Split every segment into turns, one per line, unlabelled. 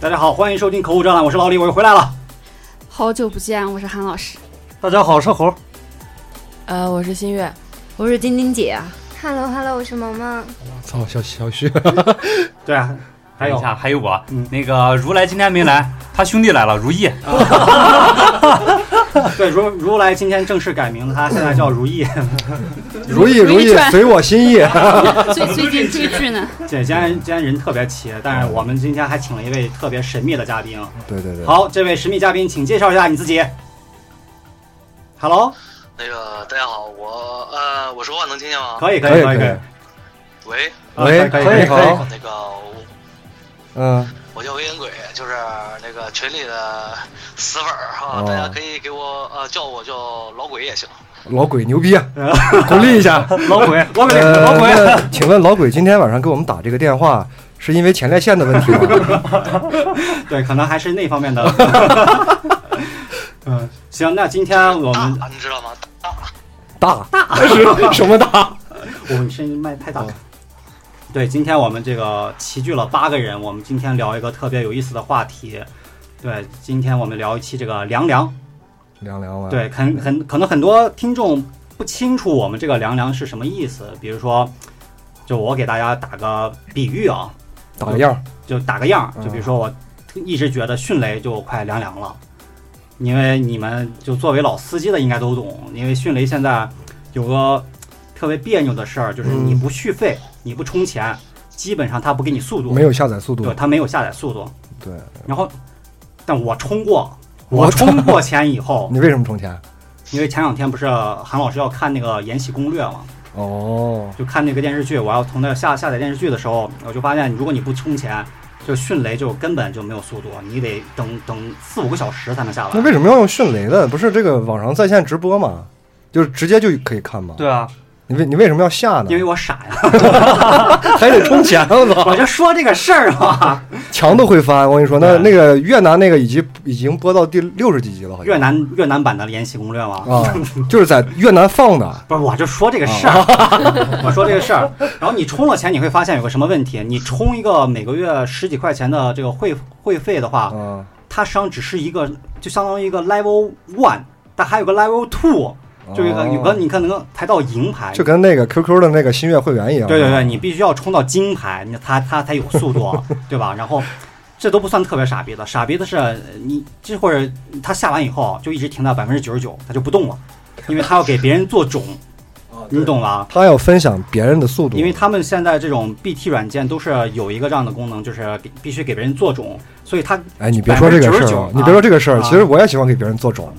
大家好，欢迎收听口误专栏，我是老李，我又回来了。
好久不见，我是韩老师。
大家好，我是猴。
呃，我是新月，
我是丁丁姐啊，
Hello Hello，我是萌萌。
操，小小旭，
对啊，还有
等一下还有我
嗯，
那个如来今天没来，他兄弟来了，如意。
对如如来今天正式改名了，他现在叫如意。
如意如
如意
意
传，
随我心意。
最最近追剧呢，啊
姐，今天今天人特别齐，但是我们今天还请了一位特别神秘的嘉宾。啊
对对对，
好，这位神秘嘉宾，请介绍一下你自己。Hello，
那个大家好，我呃，我说话能听见吗？
可以可
可
以
以
可以
可
可以
以，
喂，
啊
喂
可以
可
可
以
以可以
好
那个我
嗯，
我叫为人鬼，就是那个群里的死粉儿哈、
哦
大家可以给我呃叫我叫老鬼也行。
老鬼牛逼啊，鼓励一下。
老 鬼，老鬼，
呃，
老鬼，
那请问老鬼今天晚上给我们打这个电话，是因为前列腺的问题吗？
对，可能还是那方 面的。嗯，行，那今天我们
大，你知道吗？大
大大是什么大？
我们声音麦太大了
哦。
对，今天我们这个齐聚了八个人，我们今天聊一个特别有意思的话题。对，今天我们聊一期这个凉凉。
凉凉啊了。，
对，很很可能很多听众不清楚我们这个凉凉是什么意思。比如说，就我给大家打个比喻啊，
打个样。
就打个样儿，
嗯
就比如说我一直觉得迅雷就快凉凉了，因为你们就作为老司机的应该都懂，因为迅雷现在有个特别别扭的事儿，就是
嗯
你不续费，你不充钱，基本上它不给你速度，
没有下载速
对
度，嗯
它没有下载速度。
对，
然后，但我充 过，
我
我充过钱以后，
你为什么充钱？啊
因为前两天不是韩老师要看那个《延禧攻略》嘛，
哦，
就看那个电视剧，我要从那下下载电视剧的时候，我就发现，如果你不充钱，就迅雷就根本就没有速度，你得等等四五个小时才能下
那
来。
为什么要用迅雷的？不是这个网上在线直播吗？就是直接就可以看吗？
对啊，
你为你为什么要下呢
因？为我傻呀，
还得充钱啊了吧？
我就说这个事儿嘛。
墙都会翻。我跟你说，那
对
那个越南那个已经已经播到第六十几集了，好像
越南越南版的《延禧攻略》嘛，
啊，就是在越南 放的。
不是，我就说这个事儿，
哦
我说这个事儿。然后你充了钱，你会发现有个什么问题？你充一个每个月十几块钱的这个会会费的话，
啊
它实际上只是一个，就相当于一个 level one，但还有个 level two，就有个有个你可能才到银牌，
哦就跟那个 QQ 的那个新月会员一样。
对对对，你必须要冲到金牌，你他他才有速度，啊对吧？然后这都不算特别傻逼的，傻逼的是呃你这会儿他下完以后啊就一直停在百分之九十九，他就不动了，因为他要给别人做种，你懂吧？
他要分享别人的速度，
因为他们现在这种 BT 软件都是有一个这样的功能，就是给必须给别人做种，所以他
哎，你别说这个事儿
99%
啊，你别说这个事儿，
啊
其实我也喜欢给别人 做种，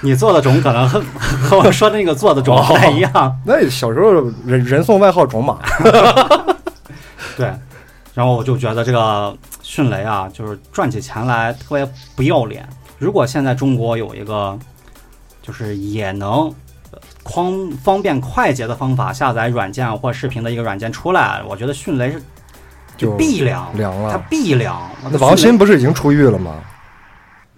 你做的种可能和和我说的那个做的种不太一样，
那小时候人人送外号“ 种马
对。然后我就觉得这个迅雷啊，就是赚起钱来特别不要脸。如果现在中国有一个，就是也能呃方方便快捷的方法下载软件或视频的一个软件出来，我觉得迅雷是”，
就
必凉，
凉
它
了。
必凉。我觉得
那
迅雷
王鑫不是已经出狱 了吗？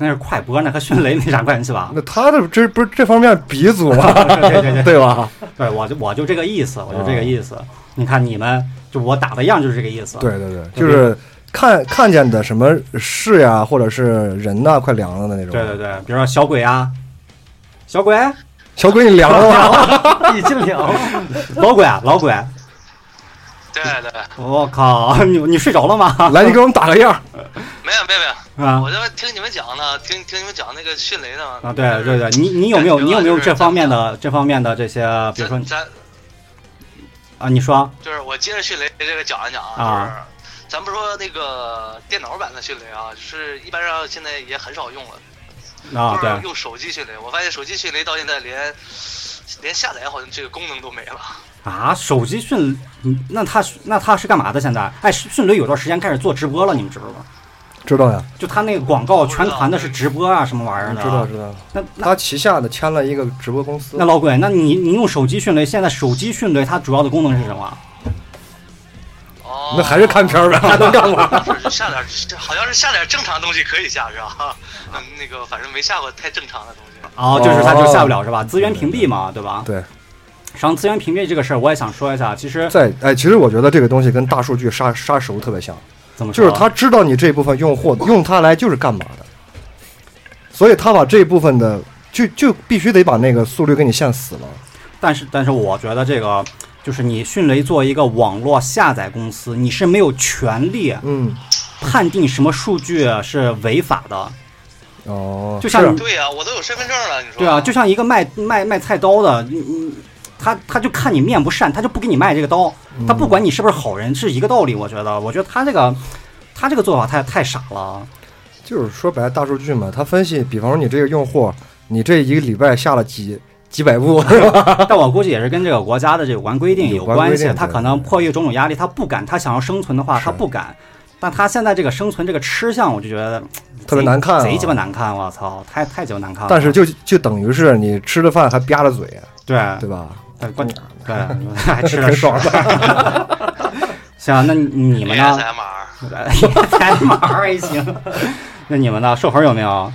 那是快播，那和迅雷没啥关系吧？
那他的这不是这方面鼻祖吗？
对 对对，
对啊吧？
对我就我就这个意思，我就这个意思。你看你们就我打的样就是这个意思。
对对对，就是看看见的什么事呀，或者是人呐，快凉了的那种。
对对对，比如说小鬼啊，小鬼，
小鬼，你凉了吗？
已经凉
啊
了。 老鬼，啊老鬼，
对对，
我靠，你你睡着了吗？
来，你给我们打个样儿。
没有没有没有，
啊
我这听你们讲呢，听听你们讲那个迅雷呢。
啊，对对对，你你有没有你有没有这方面的这方面的这些，比如说
咱咱
啊，你说
就是我接着迅雷这个讲一讲
啊。
就是咱不说那个电脑版的迅雷啊，就是一般上现在也很少用了。
啊，
就是
对，
用手机迅雷，我发现手机迅雷到现在连连下载好像这个功能都没了。
啊，手机迅，嗯那他那他是干嘛的？现在，哎，迅迅雷有段时间开始做直播了，你们知道吗？
知道呀，
就他那个广告全传的是直播啊，什么玩意儿的？
知道。知道。
那那
他旗下的签了一个直播公司
那，老鬼，那你你用手机迅雷，现在手机迅雷它主要的功能是什么？
哦，
那还是看片儿呗，还能干嘛？
是下点这好像是下点正常东西可以下是吧？ 嗯，那个反正没下过太正常的东西。
哦，就是它就下不了是吧？资源屏蔽嘛，对吧？
对，
实际上资源屏蔽这个事儿，我也想说一下。其实
在哎，其实我觉得这个东西跟大数据杀杀熟特别像，
怎么
就
说
是他知道你这部分用户用它来就是干嘛的，所以他把这部分的就就必须得把那个速率给你限死了。
但是，但是我觉得这个就是你迅雷作为一个网络下载公司，你是没有权利
嗯，
判定什么数据是违法的。
哦，
就像
是
你
对呀、我都有身份证了，你说哎
对啊，就像一个卖卖卖菜刀的，你你他他就看你面不善，他就不给你卖这个刀。他不管你是不是好人，是一个道理。我觉得，我觉得他这个他这个做法太太傻了。
就是说白了大数据嘛，他分析，比方说你这个用户，你这一个礼拜下了几几百步，
但我估计也是跟这个国家的这有关规定
有关
关
规
系
定，
他
对
可能迫于种种压力，他不敢，他想要生存的话，
是
他不敢。但他现在这个生存这个吃相，我就觉得
特别难看啊
贼鸡巴难看，我操，太太鸡巴难看了。
但是就就等于是你吃了饭还吧着嘴，
对
对吧？
对关对，还吃了
挺爽
的。行，那你们
哎
呢？哎
ASMR
才 毛儿也行。那你们呢？瘦猴有没有？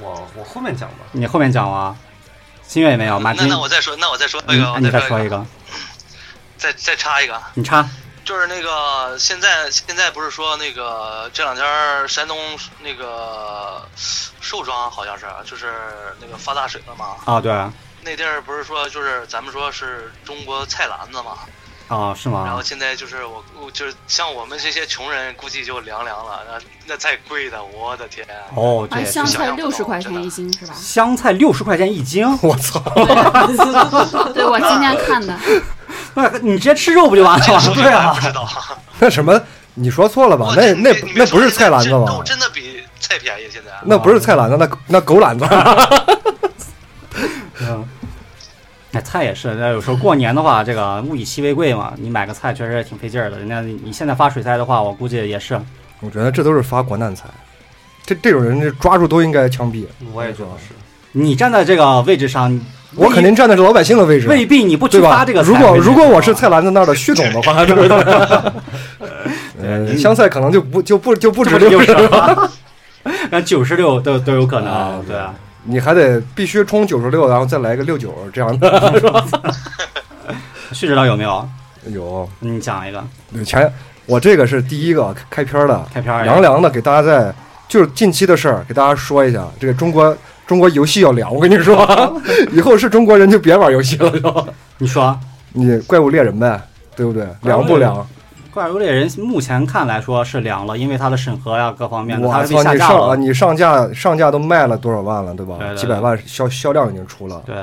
我我后面讲吧。
你后面讲啊。新月也没有，马
那
军，
那我再说，那我再说一
嗯
个，
啊
我
你再
说
说一
个，
个，
再再插一个，
你插。
就是那个现在现在不是说那个这两天儿山东那个寿庄好像是啊就是那个发大水了嘛？
啊，对啊，
那地儿不是说就是咱们说是中国菜篮子嘛？
哦是
然
啊
后
吗？
现在就是我我就是像我们这些穷人估计就凉凉了，那那菜贵的，我的天！
哦，这
啊，
也是？
香菜
想不
六
到
十块
真
钱
的
一斤是吧
香菜六十块钱一斤，
我操！
对，我今天看的，
不是你直接吃肉不就完了 吗？
说实
对
话
啊
不，知道，
那什么，你说错了吧
我？
那
真
那
你没
那
说
不是
这
菜篮子
这
吧
肉？真的比菜便宜，现在啊
那不是菜篮子，那那狗篮子。
嗯，哎，菜也是，那有时候过年的话，这个物以稀为贵嘛，你买个菜确实也挺费劲儿的。人家你现在发水菜的话，我估计也是，
我觉得这都是发国难财，这这种人就抓住都应该枪毙。
我也觉得是，
你站在这个位置上，
我肯定站在是老百姓的位置，
未必你不去
对
发
吧
这个？菜。
如果
未必
如果 我是菜篮子那儿的血种的话，对不对？呃，香菜可能就不就不就不
不
止
止
六十，
了， 那九十六都都有可能，
啊
对啊，
你还得必须冲九十六，然后再来个六九这样的。
旭指导有没有？
有
你讲一个
前我这个是第一个开篇的，
开篇儿
凉凉的给大家在就是近期的事儿给大家说一下，这个中国中国游戏要凉，我跟你 说，以后是中国人就别玩游戏了， 就
你说
你怪物猎人呗，对不对？
怪物猎人
凉不凉？
《怪物猎人》目前看来说是凉了，因为它的审核呀各方面的，它
我
是被
操！
下
你
架
上啊，
了。
你上架上架都卖了多少万了，对吧？
对对对
几百万销销量已经出了。
对，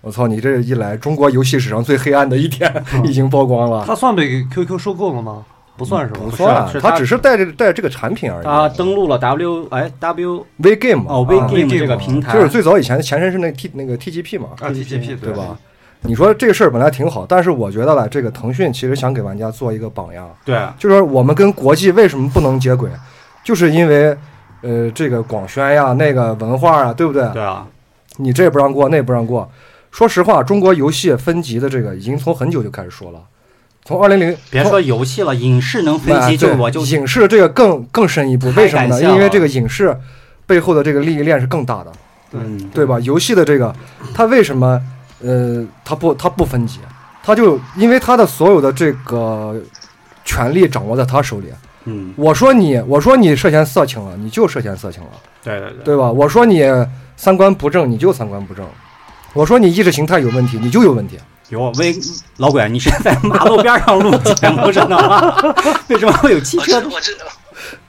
我操！你这一来，中国游戏史上最黑暗的一天
嗯
已经曝光了。
嗯他算被 QQ 收购了吗？不算是吧？
不算
是，
他
他
只是带着带这个产品而已。
它登录了 W 哎 W
V Game 嘛
哦 V Game
，WeGame
这个平台，
就是最早以前前身是那 T 那个 TGP 嘛，
啊 TGP
对吧？？你说这个事儿本来挺好，但是我觉得吧，这个腾讯其实想给玩家做一个榜样，
对啊
就是说我们跟国际为什么不能接轨，就是因为呃这个广宣呀、那个文化啊，对不对？
对啊，
你这也不让过，那也不让过。说实话，中国游戏分级的这个已经从很久就开始说了，从二零零
别说游戏了，影视能分级就我就
影视这个更更深一步，
太
为什么
感
呢？
谢了
因为这个影视背后的这个利益链是更大的，
嗯
对吧？游戏的这个它为什么呃它不它不分级？啊它就因为它的所有的这个权利掌握在他手里。啊
嗯
我说你我说你涉嫌色情了，你就涉嫌色情了。
对对对
对吧？我说你三观不正，你就三观不正；我说你意识形态有问题，你就有问题。
有喂老鬼，你是在马路边上录节目是吗？ 为什么会有汽
我这
车
我这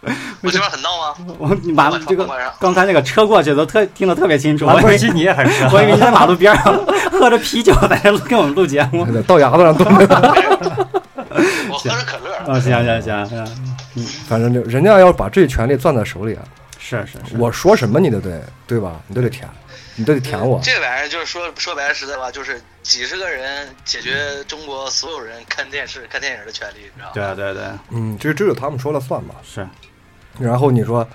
我这边很闹吗？
我你把这个刚才那个车过去都特听得特别清楚，我
兰
以
博
为
基尼还是
我以为你在马路边上喝着啤酒在这录跟我们录节 目。
到牙子上都没有，
我喝着可乐，
啊，行行行，嗯，
反正就人家要把这权利攥在手里，啊
是是是，
我说什么你都得对吧？你都得舔，你都得舔我。
这玩意儿就是说说白了实在话，就是几十个人解决中国所有人看电视、看电影的权利，你知道吧？
对对对，
嗯，这只有他们说了算嘛。
是
然后你说，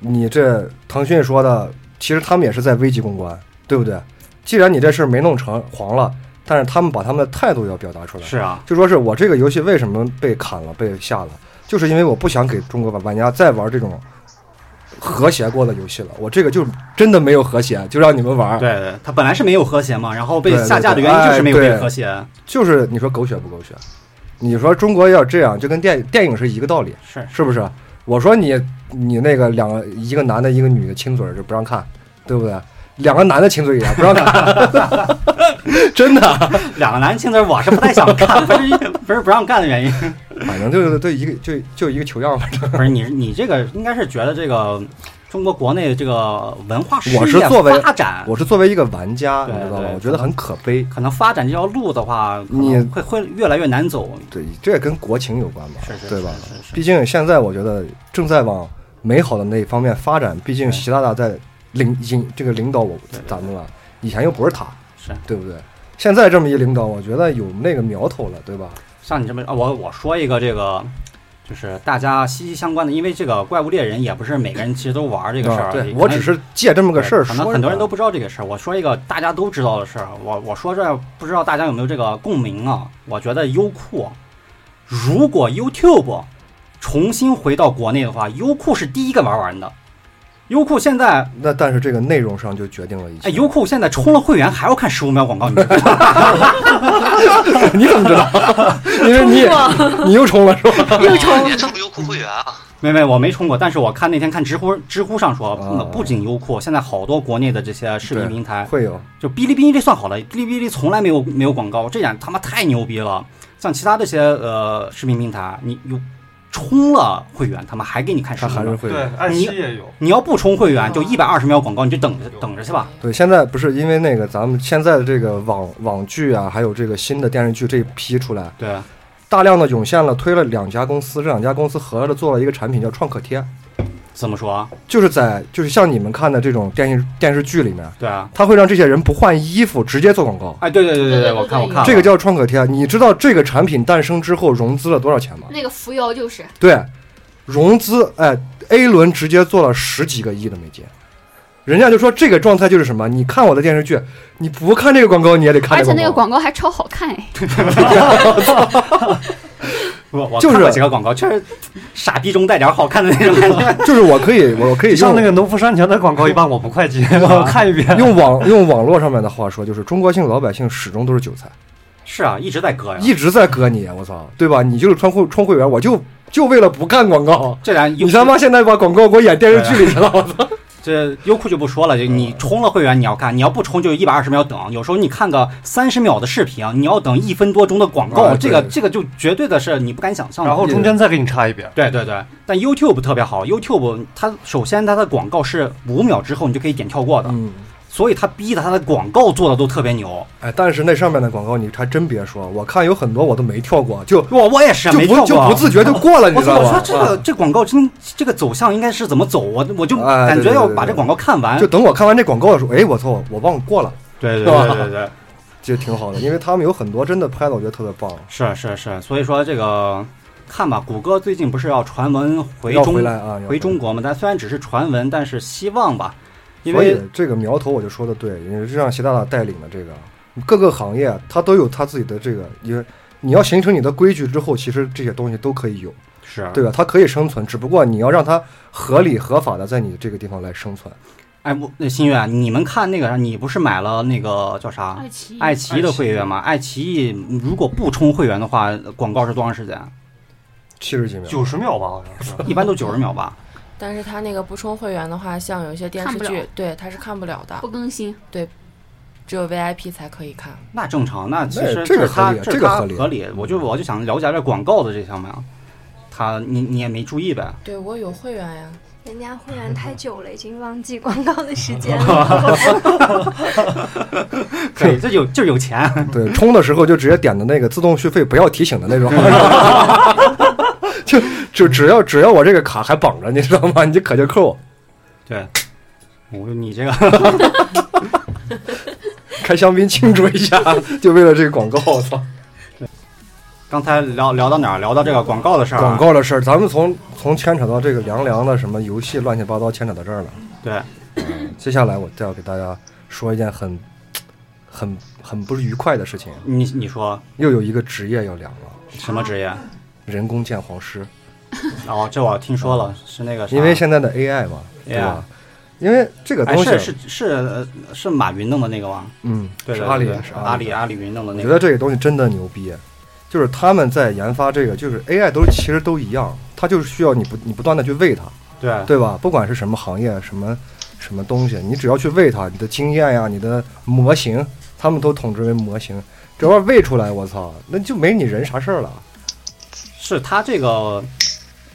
你这腾讯说的，其实他们也是在危机公关，对不对？既然你这事儿没弄成黄了，但是他们把他们的态度要表达出来。
是啊，
就说是我这个游戏为什么被砍了、被下了，就是因为我不想给中国玩家再玩这种和谐过的游戏了。我这个就真的没有和谐，就让你们玩，
对对，他本来是没有和谐嘛，然后被
啊对对
下架的
对
原因就是没有
哎
被
对
和谐，
就是你说狗血不狗血？你说中国要这样，就跟电电影是一个道理，
是
是不是？我说你你那个两个一个男的一个女的亲嘴儿就不让看，对不对？两个男的亲嘴也不让看， 真的。
两个男亲嘴，我是不太想 看，不是不是不让干的原因。
反正就是对一个就就一个球 样，反正
不是你你这个应该是觉得这个中国国内这个文化事
我是
业
作为
发展，
我是作为一个玩家，你
对
知道吗？
对
我觉得很可悲。
可能发展这条路的话，可能
你
会会越来越难走。
对，这也跟国情有关吧，
是是，
对吧？
是是是
毕竟现在我觉得正在往美好的那一方面发展。毕竟
对
习大大在领引这个领导我
对对
咱们了，以前又不是他，
是
对不对？现在这么一领导，我觉得有那个苗头了，对吧？
像你这么啊，我我说一个这个，就是大家息息相关的，因为这个怪物猎人也不是每个人其实都玩这个事
啊
儿，
对
也
我只是借这么
对
个事儿
可
说
能
说，
很多人都不知道这个事儿。我说一个大家都知道的事儿，我我说这不知道大家有没有这个共鸣啊？我觉得优酷，啊如果 YouTube 重新回到国内的话，优酷是第一个玩完的。优酷现在，
那，但是这个内容上就决定了一切。
哎，优酷现在充了会员还要看十五秒广告，你知道吗？
你怎么知道？因为你也你又充了是吧？
又充也充优酷会员啊，
没没，我没充过，但是我看那天看知乎，知乎上说，
啊
不仅优酷，现在好多国内的这些 视频
对
平台，
会有
就哔哩哔哩这算好了，哔哩哔哩从来没有没有广告，这点他妈太牛逼了。像其他这些呃视频平台，你有充了会员，他妈还给你看视
它
频
还是
呢。
会有
对，。爱奇艺也有，
你要不充会员，就
哦
一百二十秒广告，你就等着等着去吧。
对，现在不是因为那个咱们现在的这个网网剧啊，还有这个新的电视剧这一批出来，
对，啊
大量的涌现了，推了两家公司，这两家公司合着做了一个产品叫创可贴，
怎么说？
就是在就是像你们看的这种电视电视剧里面，
对啊，
它会让这些人不换衣服直接做广告，
哎，对对对
对对
我
对
看我
对
看了
这个叫创可贴。啊你知道这个产品诞生之后融资了多少钱吗？
那个扶摇就是
对，融资哎 A 轮直接做了十几个亿的美金。人家就说这个状态就是什么？你看我的电视剧，你不看这个广告你也得
而
看这
且那个
个
广告还超好看哎，
我我
就
看过
是
几个广告，确实傻逼中带点好看的那种感觉。
告，就是我可以，我可以
像
用
那个农夫山泉的广告一般我不会接， 我看一遍。
用网用网络上面的话说，就是中国性老百姓始终都 是韭菜，
是啊，一直在割呀。
一直在割你，我操，对吧？你就是充会充会员，我就就为了不看广告，
这俩
你他妈现在把广告给我演电视剧里去了，
哎
我操！
这优酷就不说了，就
嗯
你充了会员你要看，你要不充就一百二十秒等。有时候你看个三十秒的视频，你要等一分多钟的广告，
啊对
这个这个就绝对的是你不敢想象的。
然后中间再给你插一遍，
对对对，但 YouTube 特别好，YouTube 它首先它的广告是五秒之后你就可以点跳过的，
嗯，
所以它逼的它的广告做的都特别牛。
哎，但是那上面的广告你还真别说，我看有很多我都没跳过，就
我我也是啊
就
没跳
不
过，
就不自 觉就过了，你
我
知
说
道
我
吧
说？
啊
这个这广告真这个走向应该是怎么走，我我就
哎
感
对
觉
对
要
对对
把这
对
广告看完。
就等我看完这广告的时候，哎，我操，我忘了过了，
对对
是吧
对对对。
就挺好的，因为他们有很多真的拍的，我觉得特别棒。
是是是，所以说这个看吧，谷歌最近不是要传闻回
要
中
回来啊，要
回中
来
国嘛？但虽然只是传闻，但是希望吧，因
所以
为
这个苗头我就说的对，因为让习大大带领的这个各个行业，它都有它自己的这个，因为你要形成你的规矩之后，其实这些东西都可以有，
是
对吧？啊它可以生存，只不过你要让它合理合法的在你这个地方来生存。
哎，我那心愿，你们看那个啥，你不是买了那个叫啥
爱奇艺
爱奇艺的会员吗？爱奇艺如果不充会员的话，广告是多长时间？
七十几秒，
九十秒吧，好像是。
一般都九十秒 吧。
但是他那个不充会员的话，像有一些电
看
视
不了
剧，对他是看不了的
不，更新，
只有 VIP 才可以看。
那正常，那其实
那这个
是它
合理啊
这是
这个
它
合理
合理。我就我就想了解这广告的这方面，他你你也没注意 呗？
对我有会员呀，
人家会员太久了，已经忘记广告的时间了。
可以，这就就是有钱。
对，充的时候就直接点的那个自动续费，不要提醒的那种。 就就只要只要我这个卡还绑着，你知道吗？你就可劲扣，
对，我说你这个。
开香槟庆祝一下，就为了这个广告，我操！
刚才聊聊到哪儿？聊到这个广告的事儿、啊
广。告的事儿，咱们从从牵扯到这个凉凉的什么游戏乱七八糟牵扯到这儿了。
对，
接下来我再要给大家说一件很、很、很不愉快的事情，
你你说
又有一个职业要凉了
什么职业？
——人工鉴黄师。
哦，这我听说了，是那个啥
因为现在的 AI 嘛，对吧？因为这个
哎
东西，
是是是呃是马云弄的那个吗？
嗯，
对
是
对
阿里
对，
是
阿
里。
里阿里云弄的
我
那
觉得
个。
这个东西真的牛逼，就是他们在研发这个，就是 AI 都是其实都一样，它就是需要你不你不断的去喂它，
对
对吧？不管是什么行业，什么什么东西，你只要去喂它，你的经验呀，你的模型，他们都统之为模型，只要喂出来，我操，那就没你人啥事儿了。
是它这个，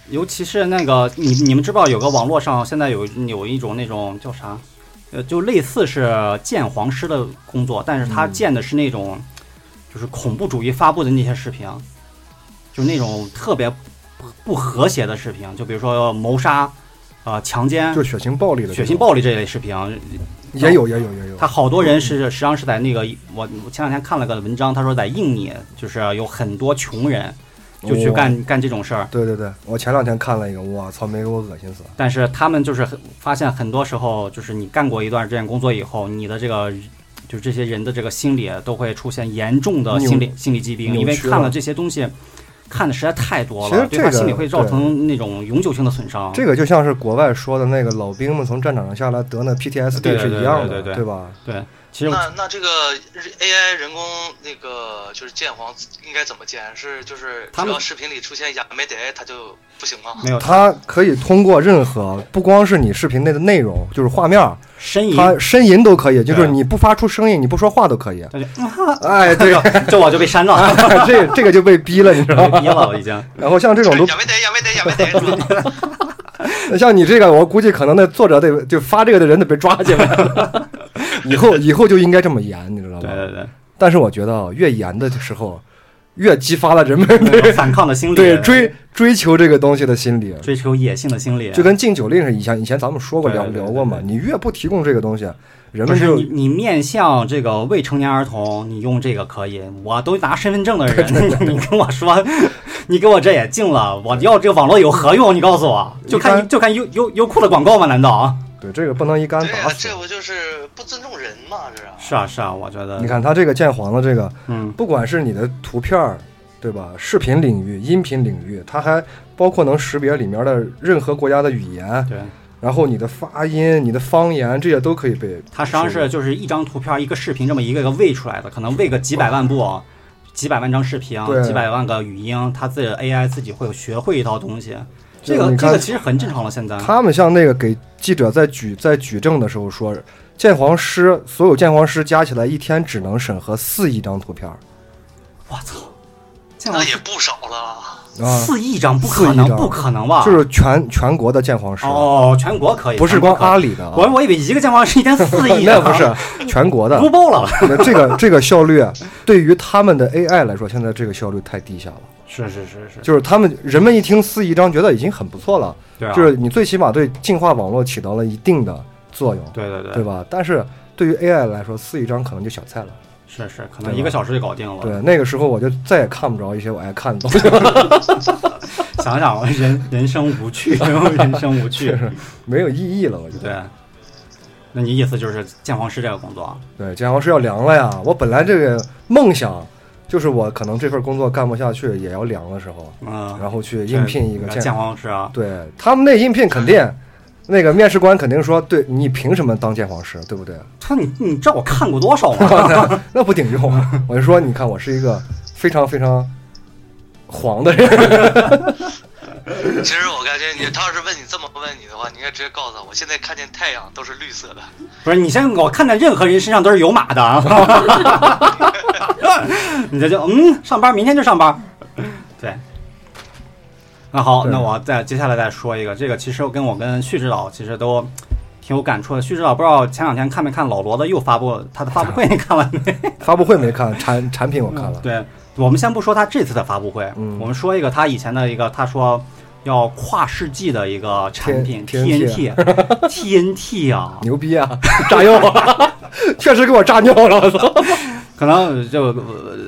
尤其是那个你你们知不知道有个网络上现在有有一种那种叫啥，呃，就类似是鉴黄师的工作，但是他
嗯
鉴的是那种、就是恐怖主义发布的那些视频，啊就那种特别不不和谐的视频，就比如说谋杀、呃强奸、
就是血腥暴力的
血腥
这种，
暴力这类视频，啊
也有也有也有
他。好多人
嗯
是实际上是在那个我我前两天看了个文章，他说在印尼就是有很多穷人就去干、
哦
干这种事儿，
对对对，我前两天看了一个，我操，没给我恶心死。
但是他们就是很发现很多时候就是你干过一段这样工作以后，你的这个就是这些人的这个心理啊都会出现严重的心理心理疾病，
扭曲
因为看
了
了这些东西。看的实在太多了，
其实
对他
这个
心里会造成那种永久性的损伤。
这个就像是国外说的那个老兵们从战场上下来得那
对
PTSD
对
是
对
一样的，
对对对
吧？
对，其实我
那那这个 AI 人工那个就是鉴黄应该怎么鉴？是就是
他
只
们
要视频里出现亚美得，它就不行吗？
没有
它可以通过任何，不光是你视频内的内容，就是画面，
呻吟，
它呻吟都可以，就是
对
你不发出声音，你不说话都可以。
他就
哎， 对，
这我就被 删了，
这这个就被逼了，你知道
被
吗？
逼了已经。
然后像这 种都
亚美得亚美得亚美得是吧？
像你这个，我估计可能那作者得就发这个的人得被抓起来了。 以后以后就应该这么严，你知道
对
吗？
对对。
但是我觉得啊越严的时候，越激发了人们
那种
对
反抗的心理，
对追追求这个东西的心理，
追求野性的心理，
就跟禁酒令是以前以前咱们说过
对
聊
对对
聊过嘛，
对
你越不提供这个东西，人
不
们
是
就
你你面向这个未成年儿童，你用这个可以，我都拿身份证的人，你跟我说， 你给我这也禁了，我要这个网络有何用？你告诉我，就
一
看
般
就看优优优酷的广告吗？难道啊？
对这个不能一竿
对
子打
呀，
死
这。不就是不尊重人嘛？这
是啊是啊，我觉得
你，看他这个鉴黄的这个，
嗯，
不管是你的图片儿，对吧？视频领域、音频领域，它还包括能识别里面的任何国家的语言，
对，
然后你的发音、你的方言，这些都可以被。
它实际上是就是一张图片、一个视频这么一个一个喂出来的，可能喂个几百万部。几百万张视频
对，
几百万个语音，它自己 AI 自己会学会一套东西，
就
这个
你
这
看
个其实很正常了。现在
他们像那个给记者在举在举证的时候说，鉴黄师所有鉴黄师加起来一天只能审核四亿张图片儿
我操，这样
那也不少了。
啊，
四亿张不
四
可
亿
能，
张
不可能吧？
就是全全国的鉴黄师，
哦，全国可以，
不是
全国
光
可以
阿里的啊，
我我以为一个建房是一天四亿， 啊
那不是全国的
撸。爆了。
那这个这个效率，啊对于他们的 AI 来说，现在这个效率太低下了。
是是是是，
就是他们人们一听四亿张，觉得已经很不错了，
对啊，
就是你最起码对进化网络起到了一定的作用，
对对对，
对吧？但是对于 AI 来说，四亿张可能就小菜了。
是是，可
对
能
吧
一个小时就搞定了。
对，那个时候我就再也看不着一些我爱看的东西，
想想人人生无趣，人生无趣。
没有意义了。我觉得，
对，那你意思就是建房师这个工作啊？
对，建行是要凉了呀！我本来这个梦想就是我可能这份工作干不下去，也要凉的时候，
嗯，
然后去应聘一个
建
建
房师啊，
对他们那应聘肯定，那个面试官肯定说，对你凭什么当鉴黄师，对不对？
他说你你知道我看过多少吗？
那不顶用。 我就说，你看我是一个非常非常黄的人，
其实我感觉你，他要是问你这么问你的话，你应该直接告诉他，我现在看见太阳都是绿色的。
不是，你现在我看见任何人身上都是有码的啊！ 你这就嗯，上班，明天就上班。对，那好，
对
那我再接下来再说一个，这个其实跟我跟旭指导其实都挺有感触的。旭指导不知道前两天看没看老罗的又发布他的发布会， 你看了没？
发布会没看，产产品我看了。
嗯对我们先不说他这次的发布会，
嗯
我们说一个他以前的一个，他说要跨世纪的一个产品
天
TNT，TNT 啊，
牛逼啊！炸药啊，确实给我炸尿了！我操！
可能就、呃、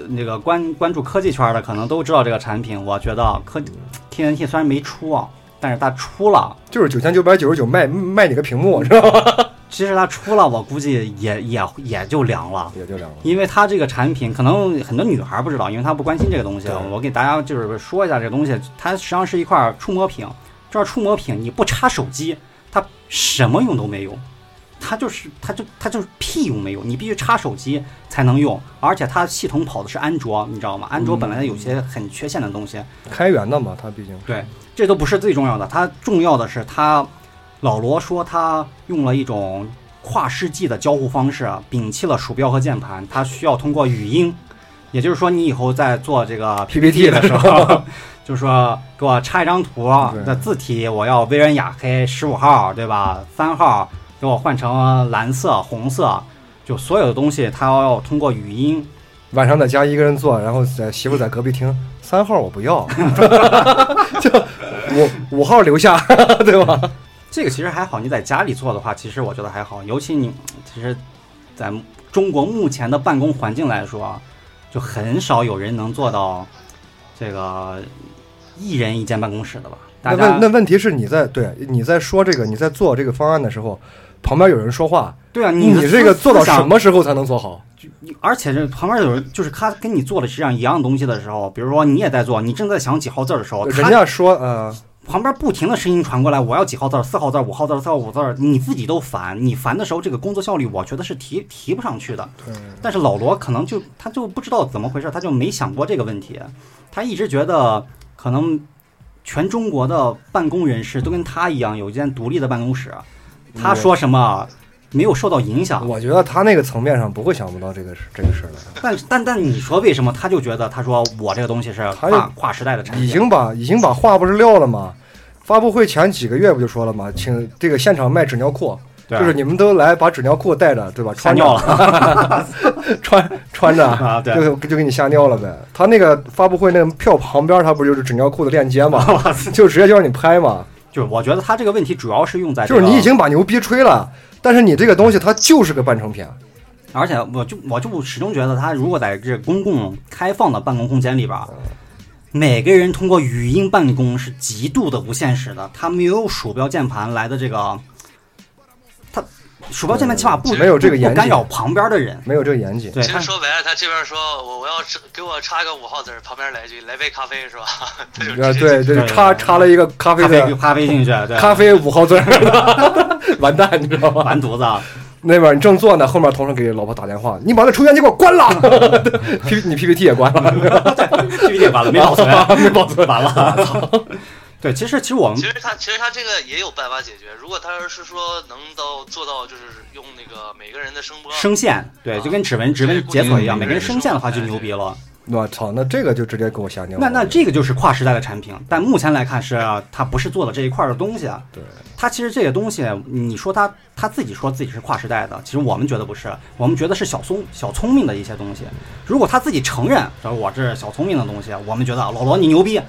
那个关关注科技圈的，可能都知道这个产品。我觉得科 TNT 虽然没出啊，但是它出了，
就是九千九百九十九卖卖你个屏幕是吧？
其实它出了，我估计也也也就凉了。
也就凉了。
因为它这个产品，可能很多女孩不知道，因为她不关心这个东西
对。
我给大家就是说一下这个东西，它实际上是一块触摸屏。这触摸屏你不插手机，它什么用都没有。它就是它就它就是屁用没有，你必须插手机才能用，而且它系统跑的是安卓，你知道吗？安卓本来有些很缺陷的东西，
开源的嘛，它毕竟
对，这都不是最重要的，它重要的是它，老罗说他用了一种跨世纪的交互方式，啊摒弃了鼠标和键盘，它需要通过语音，也就是说你以后在做这个
PPT 的时
候，就是说给我插一张图
对
的字体，我要微软雅黑十五号，对吧？三号给我换成蓝色、红色，就所有的东西它要通过语音
晚上在家一个人做，然后在媳妇在隔壁听，三号我不要， 就五五号留下， 对吧？
这个其实还好，你在家里做的话，其实我觉得还好。尤其你其实，在中国目前的办公环境来说，啊，就很少有人能做到这个一人一间办公室的吧？大
那
家
问那问题是你在对你在说这个你在做这个方案的时候，旁边有人说话，
对啊，
你
的
这个
思
做到
想
什么时候才能做好？
而且这旁边有人，就是他跟你做的实际上一样东西的时候，比如说你也在做，你正在想几号字儿的时候，
人
他
家说呃，
旁边不停的声音传过来，我要几号字儿、四号字儿、五号字儿、四号五字儿，你自己都烦。你烦的时候，这个工作效率我觉得是提提不上去的。
对
但是老罗可能就他就不知道怎么回事，他就没想过这个问题，他一直觉得可能全中国的办公人士都跟他一样有一间独立的办公室，
嗯
他说什么没有受到影响，
我觉得他那个层面上不会想不到这个事这个事儿的，
但但但你说为什么他就觉得他说我这个东西是
他也
跨跨时代的产
已
品，
经把已经把话不是撂了吗？发布会前几个月不就说了吗？请这个现场卖纸尿裤，
对
就是你们都来把纸尿裤带着，对吧？
吓
穿着
尿了
穿穿着，
啊，对，
就就给你吓尿了呗。他那个发布会那个票旁边，他不就是纸尿裤的链接吗？就直接就让你拍嘛。
就是我觉得他这个问题主要是用在啊这
就
个
是你已经把牛逼吹了，但是你这个东西它就是个半成品。
而且我就我就始终觉得，他如果在这公共开放的办公空间里边儿，每个人通过语音办公是极度的不现实的。他没有鼠标键盘来的这个，他鼠标键盘起码不
嗯没有这个严谨
不干扰旁边的人。
没有这个严谨，
对，
其
他
实说白了，他这边说我我要吃给我插个五号字儿，旁边来一句来杯咖啡是吧？他就
呃，
直接
对
对
对，插插了一个咖啡
咖啡
的
咖啡进去，对，
咖啡五号字儿， 完蛋，你知道吗？
完犊子啊，
那边你正做呢，后面同事给老婆打电话，你把那抽烟机给我关了 ，P 你 PPT 也关了，
必须得完了，没保存，没保存，完了。对，其实其实我们
其实他其实他这个也有办法解决。如果他要是说能到做到，就是用那个每个人的声波，
声线，对，就跟指纹指纹解锁
嗯
一样，每个人声线的话就牛逼了。
我操，那这个就直接给我吓尿了。
那那这个就是跨时代的产品，但目前来看是啊它不是做的这一块儿的东西。啊
对，
它其实这些东西，你说它他自己说自己是跨时代的，其实我们觉得不是，我们觉得是小聪小聪明的一些东西。如果他自己承认，说我这是小聪明的东西，我们觉得老罗你牛逼，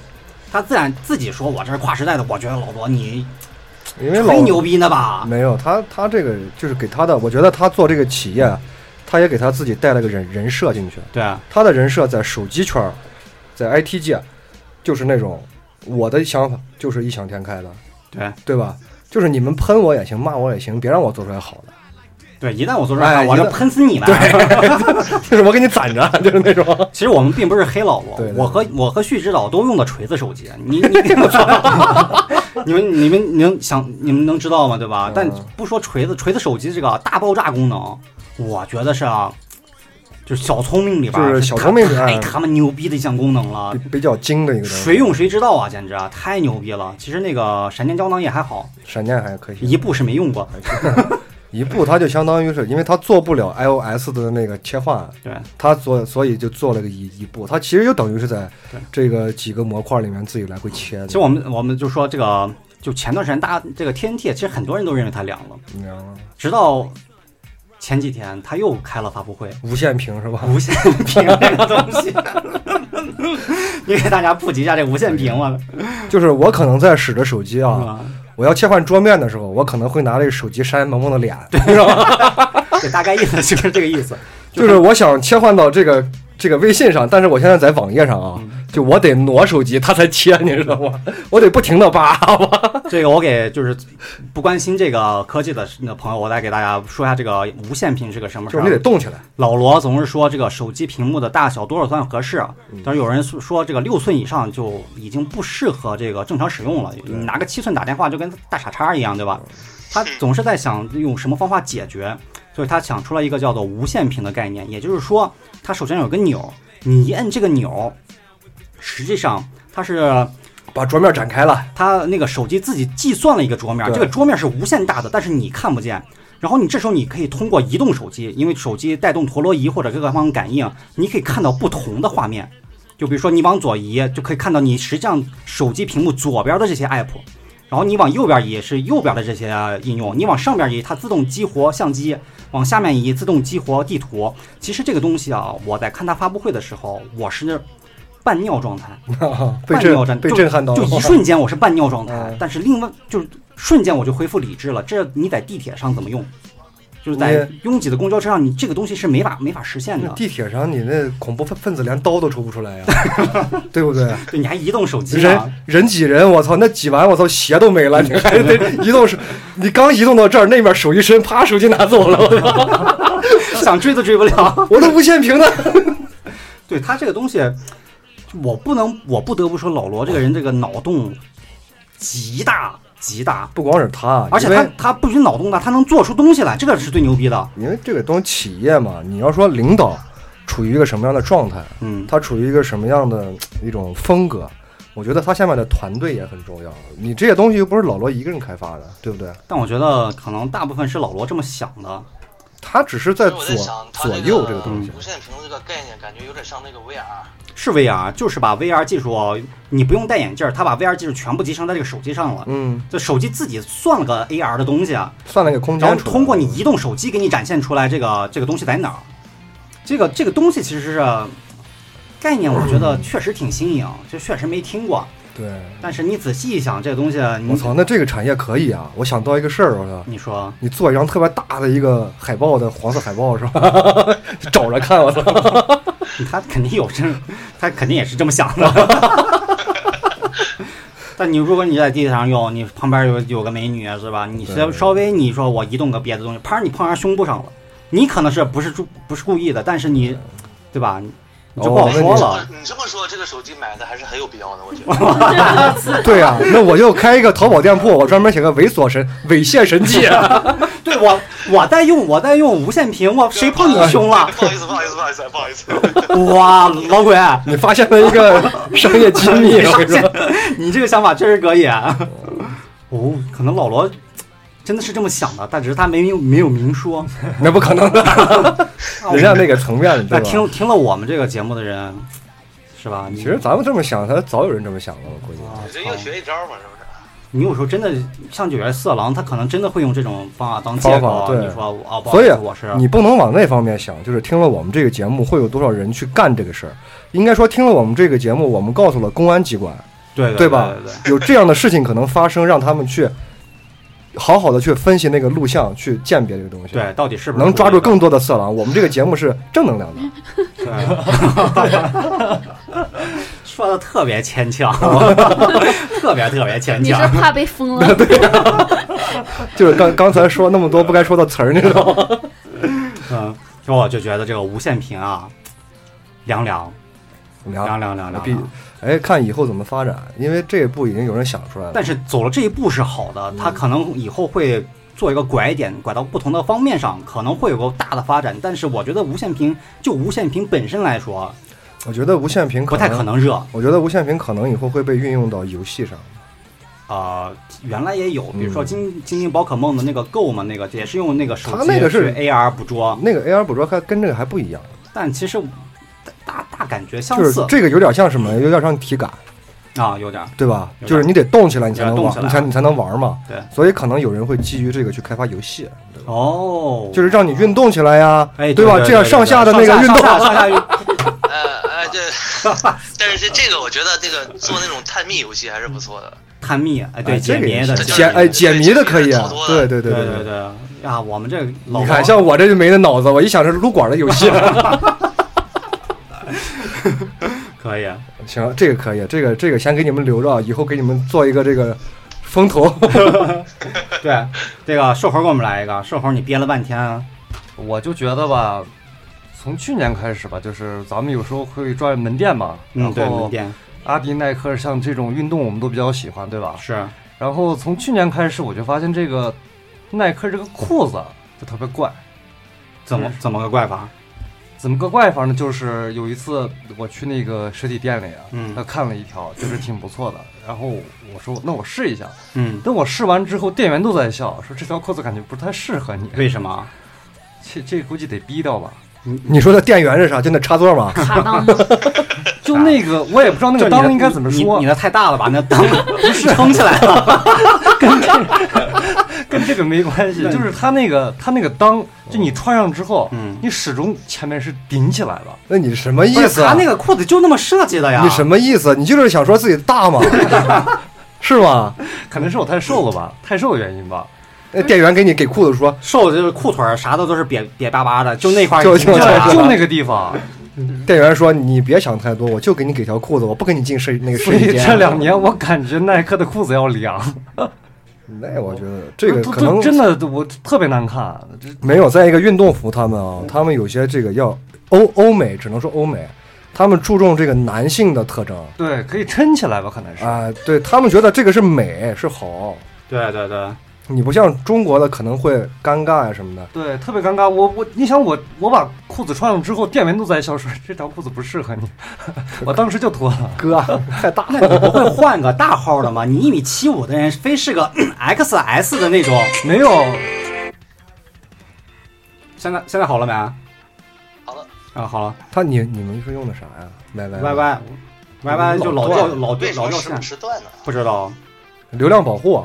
他自然自己说我这是跨时代的，我觉得老罗你
因为老
吹牛逼呢吧？
没有，他他这个就是给他的，我觉得他做这个企业，啊他也给他自己带了个人人设进去。
对啊，
他的人设在手机圈儿，在 IT 界，就是那种我的想法就是异想天开的，
对
对吧？就是你们喷我也行，骂我也行，别让我做出来好的，
对，一旦我做出
哎
来，我就
一旦
喷死你们。
就是我给你攒着， 就是那种。
其实我们并不是黑老罗
对，对
我和我和旭指导都用的锤子手机。你你 你们你们能想你们能知道吗？对吧？
嗯
但不说锤子，锤子手机这个大爆炸功能，我觉得是啊，就是小聪明里边
就是
儿
小聪明里边儿
太他妈牛逼的一项功能了
比，比较精的一个东西。
谁用谁知道啊，简直啊，太牛逼了。其实那个闪电胶囊也还好，
闪电还可以，
一步是没用过。
一步它就相当于是因为它做不了 iOS 的那个切换，
对
它所所以就做了个一一步，它其实就等于是在
对
这个几个模块里面自己来回切的。
其实我们我们就说这个，就前段时间大家这个 TNT，其实很多人都认为它凉了，
你知道吗？
直到前几天他又开了发布会。
无线屏是吧？
无线屏这个东西， 你给大家普及一下这无线屏吧。
就是我可能在使着手机啊，
啊，
我要切换桌面的时候，我可能会拿这个手机扇萌萌的脸，
对，大概意思就是这个意思。
就是我想切换到这个这个微信上，但是我现在在网页上啊，
嗯
就我得挪手机，它才切，你知道 吗？我得不停的扒，
这个我给就是不关心这个科技的朋友，我来给大家说一下这个无线屏是个什么事
就是你得
儿。啊
动起来。
老罗总是说这个手机屏幕的大小多少算合适，啊但是有人说这个六寸以上就已经不适合这个正常使用了，你拿个七寸打电话就跟大傻叉一样，对吧？他总是在想用什么方法解决，所以他想出了一个叫做无限屏的概念。也就是说，它首先有个钮，你一摁这个钮，实际上它是
把桌面展开了，
它那个手机自己计算了一个桌面，
对
这个桌面是无限大的，但是你看不见。然后你这时候你可以通过移动手机，因为手机带动陀螺仪或者各个方感应，你可以看到不同的画面。就比如说你往左移，就可以看到你实际上手机屏幕左边的这些 app，然后你往右边移是右边的这些应用，你往上边移它自动激活相机，往下面移自动激活地图。其实这个东西啊，我在看它发布会的时候，我是半尿状态，
被
半秒战
震被震撼到
就
了，
一 瞬间我是半尿状态
嗯，
但是另外就是瞬间我就恢复理智了。这你在地铁上怎么用？就是在拥挤的公交车上，你这个东西是没法没法实现
那
的。
地铁上你那恐怖分分子连刀都抽不出 来呀，对不对？
对，你还移动手机啊
人？人挤人，我操，那挤完我操鞋都没 了，你还得移动手，你刚移动到这儿，那边手一伸，啪，手机拿走了，我操
想追都追不了。
我都无限屏呢。
对他这个东西，我不能，我不得不说老罗这个人这个脑洞极大极大，
不光是他，啊
而且
因为
他他不仅脑洞大，他能做出东西来，这个是最牛逼的。
因为这个东西企业嘛，你要说领导处于一个什么样的状态，
嗯，
他处于一个什么样的一种风格，我觉得他下面的团队也很重要。你这些东西又不是老罗一个人开发的，对不对？
但我觉得可能大部分是老罗这么想的。
他只是在
所以
左
我在想，它
左右
这
这个
个
东西。
无线屏的这个概念，感觉有点像那个 VR。
是 VR，就是把 VR 技术，你不用戴眼镜儿，它把 VR 技术全部集成在这个手机上了。
嗯，
这手机自己算了个 AR 的东西啊，
算了个空
然后
间出来
通过你移动手机给你展现出来这个这个东西在哪儿。这个这个东西其实是概念，我觉得确实挺新颖，就确实没听过。
对，
但是你嗯仔细一想，这个东西，
我
你
操，那这个产业可以啊！我想到一个事儿，我操，
你说
你做一张特别大的一个海报的黄色海报是吧？ 找着看，我操，
他肯定有这，他肯定也是这么想的。 但你如果你在地铁上用，你旁边有有个美女啊是吧？你稍
对
稍微你说我移动个别的东西，啪，你碰上胸部上了，你可能是不是注不是故意的，但是你对吧？你你就不好
哦那你
说了。
你这么说，这个手机买的还是很有必要的，我觉得。
对啊，那我就开一个淘宝店铺，我专门写个猥琐神、猥亵神器。 啊
对我我在用我在用无线屏，我谁碰你胸了？
啊 不好意思，不好意思，不好意思，不好意 思。
哇，老鬼，
你发现了一个商业机密， 我跟你说，
你这个想法确实可以。啊哦，可能老罗真的是这么想的，但只是他没有没有明说。
那不可能的， 人家那个层面，
那
对吧？
听听了我们这个节目的人，是吧？你
其实咱们这么想，他早有人这么想了，我估计。
啊
人
操
又学一招嘛，是不是？
你有时候真的像九月色狼，他可能真的会用这种方法当借
方
口
法。对
你说我哦，不好
所
意
以啊
思，我是
你不能往那方面想，就是听了我们这个节目，会有多少人去干这个事儿？应该说，听了我们这个节目，我们告诉了公安机关，
对对
对吧
对对
有这样的事情可能发生，让他们去好好的去分析那个录像，去鉴别这个东西，
对，对到底是不是
能抓住
故意
更多的色狼。我们这个节目是正 能量的，
的？对说的特别牵强， 特别特别牵
你是
强。
怕被封了？
就是刚刚才说那么多不该说的词儿，你知道 吗？
嗯，所以我就觉得这个无线屏啊，凉凉凉凉凉凉
必
凉。
哎，看以后怎么发展，因为这一步已经有人想出来了。
但是走了这一步是好
嗯
的，它可能以后会做一个拐点，拐到不同的方面上，可能会有个大的发展。但是我觉得无线屏就无线屏本身来说，啊
我觉得无线屏
不太可
能。
能热啊、
我觉得无线屏可能以后会被运用到游戏上。
呃原来也有，比如说
嗯
精精灵宝可梦的那个 Go 嘛，那个也是用那个手
它
机
那个是
去 AR 捕捉，
那个 AR 捕捉还跟这个还不一样，
但其实大大大感觉相
就是
似
这个有点像什么，有点像体感，
啊，有点儿
对吧？
有点
就是你得动起来，你才能
有点动起
玩，
来
你才你才能玩嘛。
对
所以可能有人会基于这个去开发游戏，
哦，
就是让你运动起来呀，
哎
对吧？这样上下的那个运
上 下
动，
上下运
呃呃，这，但是这这个我觉得这个做那种探秘游戏还是不错的。
探秘，哎，
哎
对，
这
解
个
谜
也
的
是
解
解哎解谜的可以
这
啊
个是，
对对对
对
对。
对啊，我们这老
你
王
看，像我这就没那脑子，我一想是撸管的游 戏。
可以。
行，这个可以，这个这个先给你们留着，以后给你们做一个这个风投。
对，这个瘦猴给我们来一个，瘦猴你憋了半天，啊
我就觉得吧， 从去年开始吧，就是咱们有时候会转门店嘛，
嗯，对，
然
门
后
店
啊
阿迪、耐克像这种运动我们都比较喜欢，对吧？
是
然后从去年开始，我就发现这个耐克这个裤子就特别怪。
怎么怎么个怪法？
怎么个怪法呢？就是有一次我去那个实体店里啊，
嗯
他看了一条，就是挺不错的。然后我说那我试一下。
嗯，
等我试完之后，店员都在笑，说这条裤子感觉不太适合你。
为什么？
这这估计得逼掉吧？
你说的店员是啥？就那插座 吗？
卡裆吗？
就那个我也不知道那
啊就你
个
的
裆应该怎么
你
说
你，的太大了吧？那当撑起来了。
跟这个没关系。就是它那个它那个裆，就你穿上之后，
嗯
你始终前面是顶起来的。
那你什么意
不是
思
他
啊？
那个裤子就那么设计的呀。
你什么意思？你就是想说自己大 吗？是吗？
可能是我太瘦了
嗯
吧，太瘦的原因吧。
那店员给你给裤子说，
瘦的就是裤腿儿啥的都是瘪瘪巴巴的，就那块儿
就
已经
就
这样
就
了
那个地方，
店员说你别想太多，我就给你给条裤子，我不给你进试那个
所
试衣
以
间。
这两年我感觉耐克的裤子要凉，
嗯那我觉得这个
嗯都
可
都
能
真的我特别难看，啊这
没有。再一个，运动服他们啊，他们有些这个要欧欧美，只能说欧美，他们注重这个男性的特征
对可以撑起来吧，可能是。
啊、对他们觉得这个是美是好，
对对对，
你不像中国的可能会尴尬呀、什么的。
对，特别尴尬。我我，你想我我把裤子穿上之后，店员都在笑说这条裤子不适合你， 我当时就脱了。
哥啊太大
那你不会换个大号的吗？你一米七五的人，非是个 XS 的那种。
没有，
现在现在好了没？啊，
好了，
好了。
他你你们是用的啥呀？Y Y
Y Y Y Y 就老掉老掉
为什
老
么
掉
是
线，
迟断呢？
不知道。
流量保护啊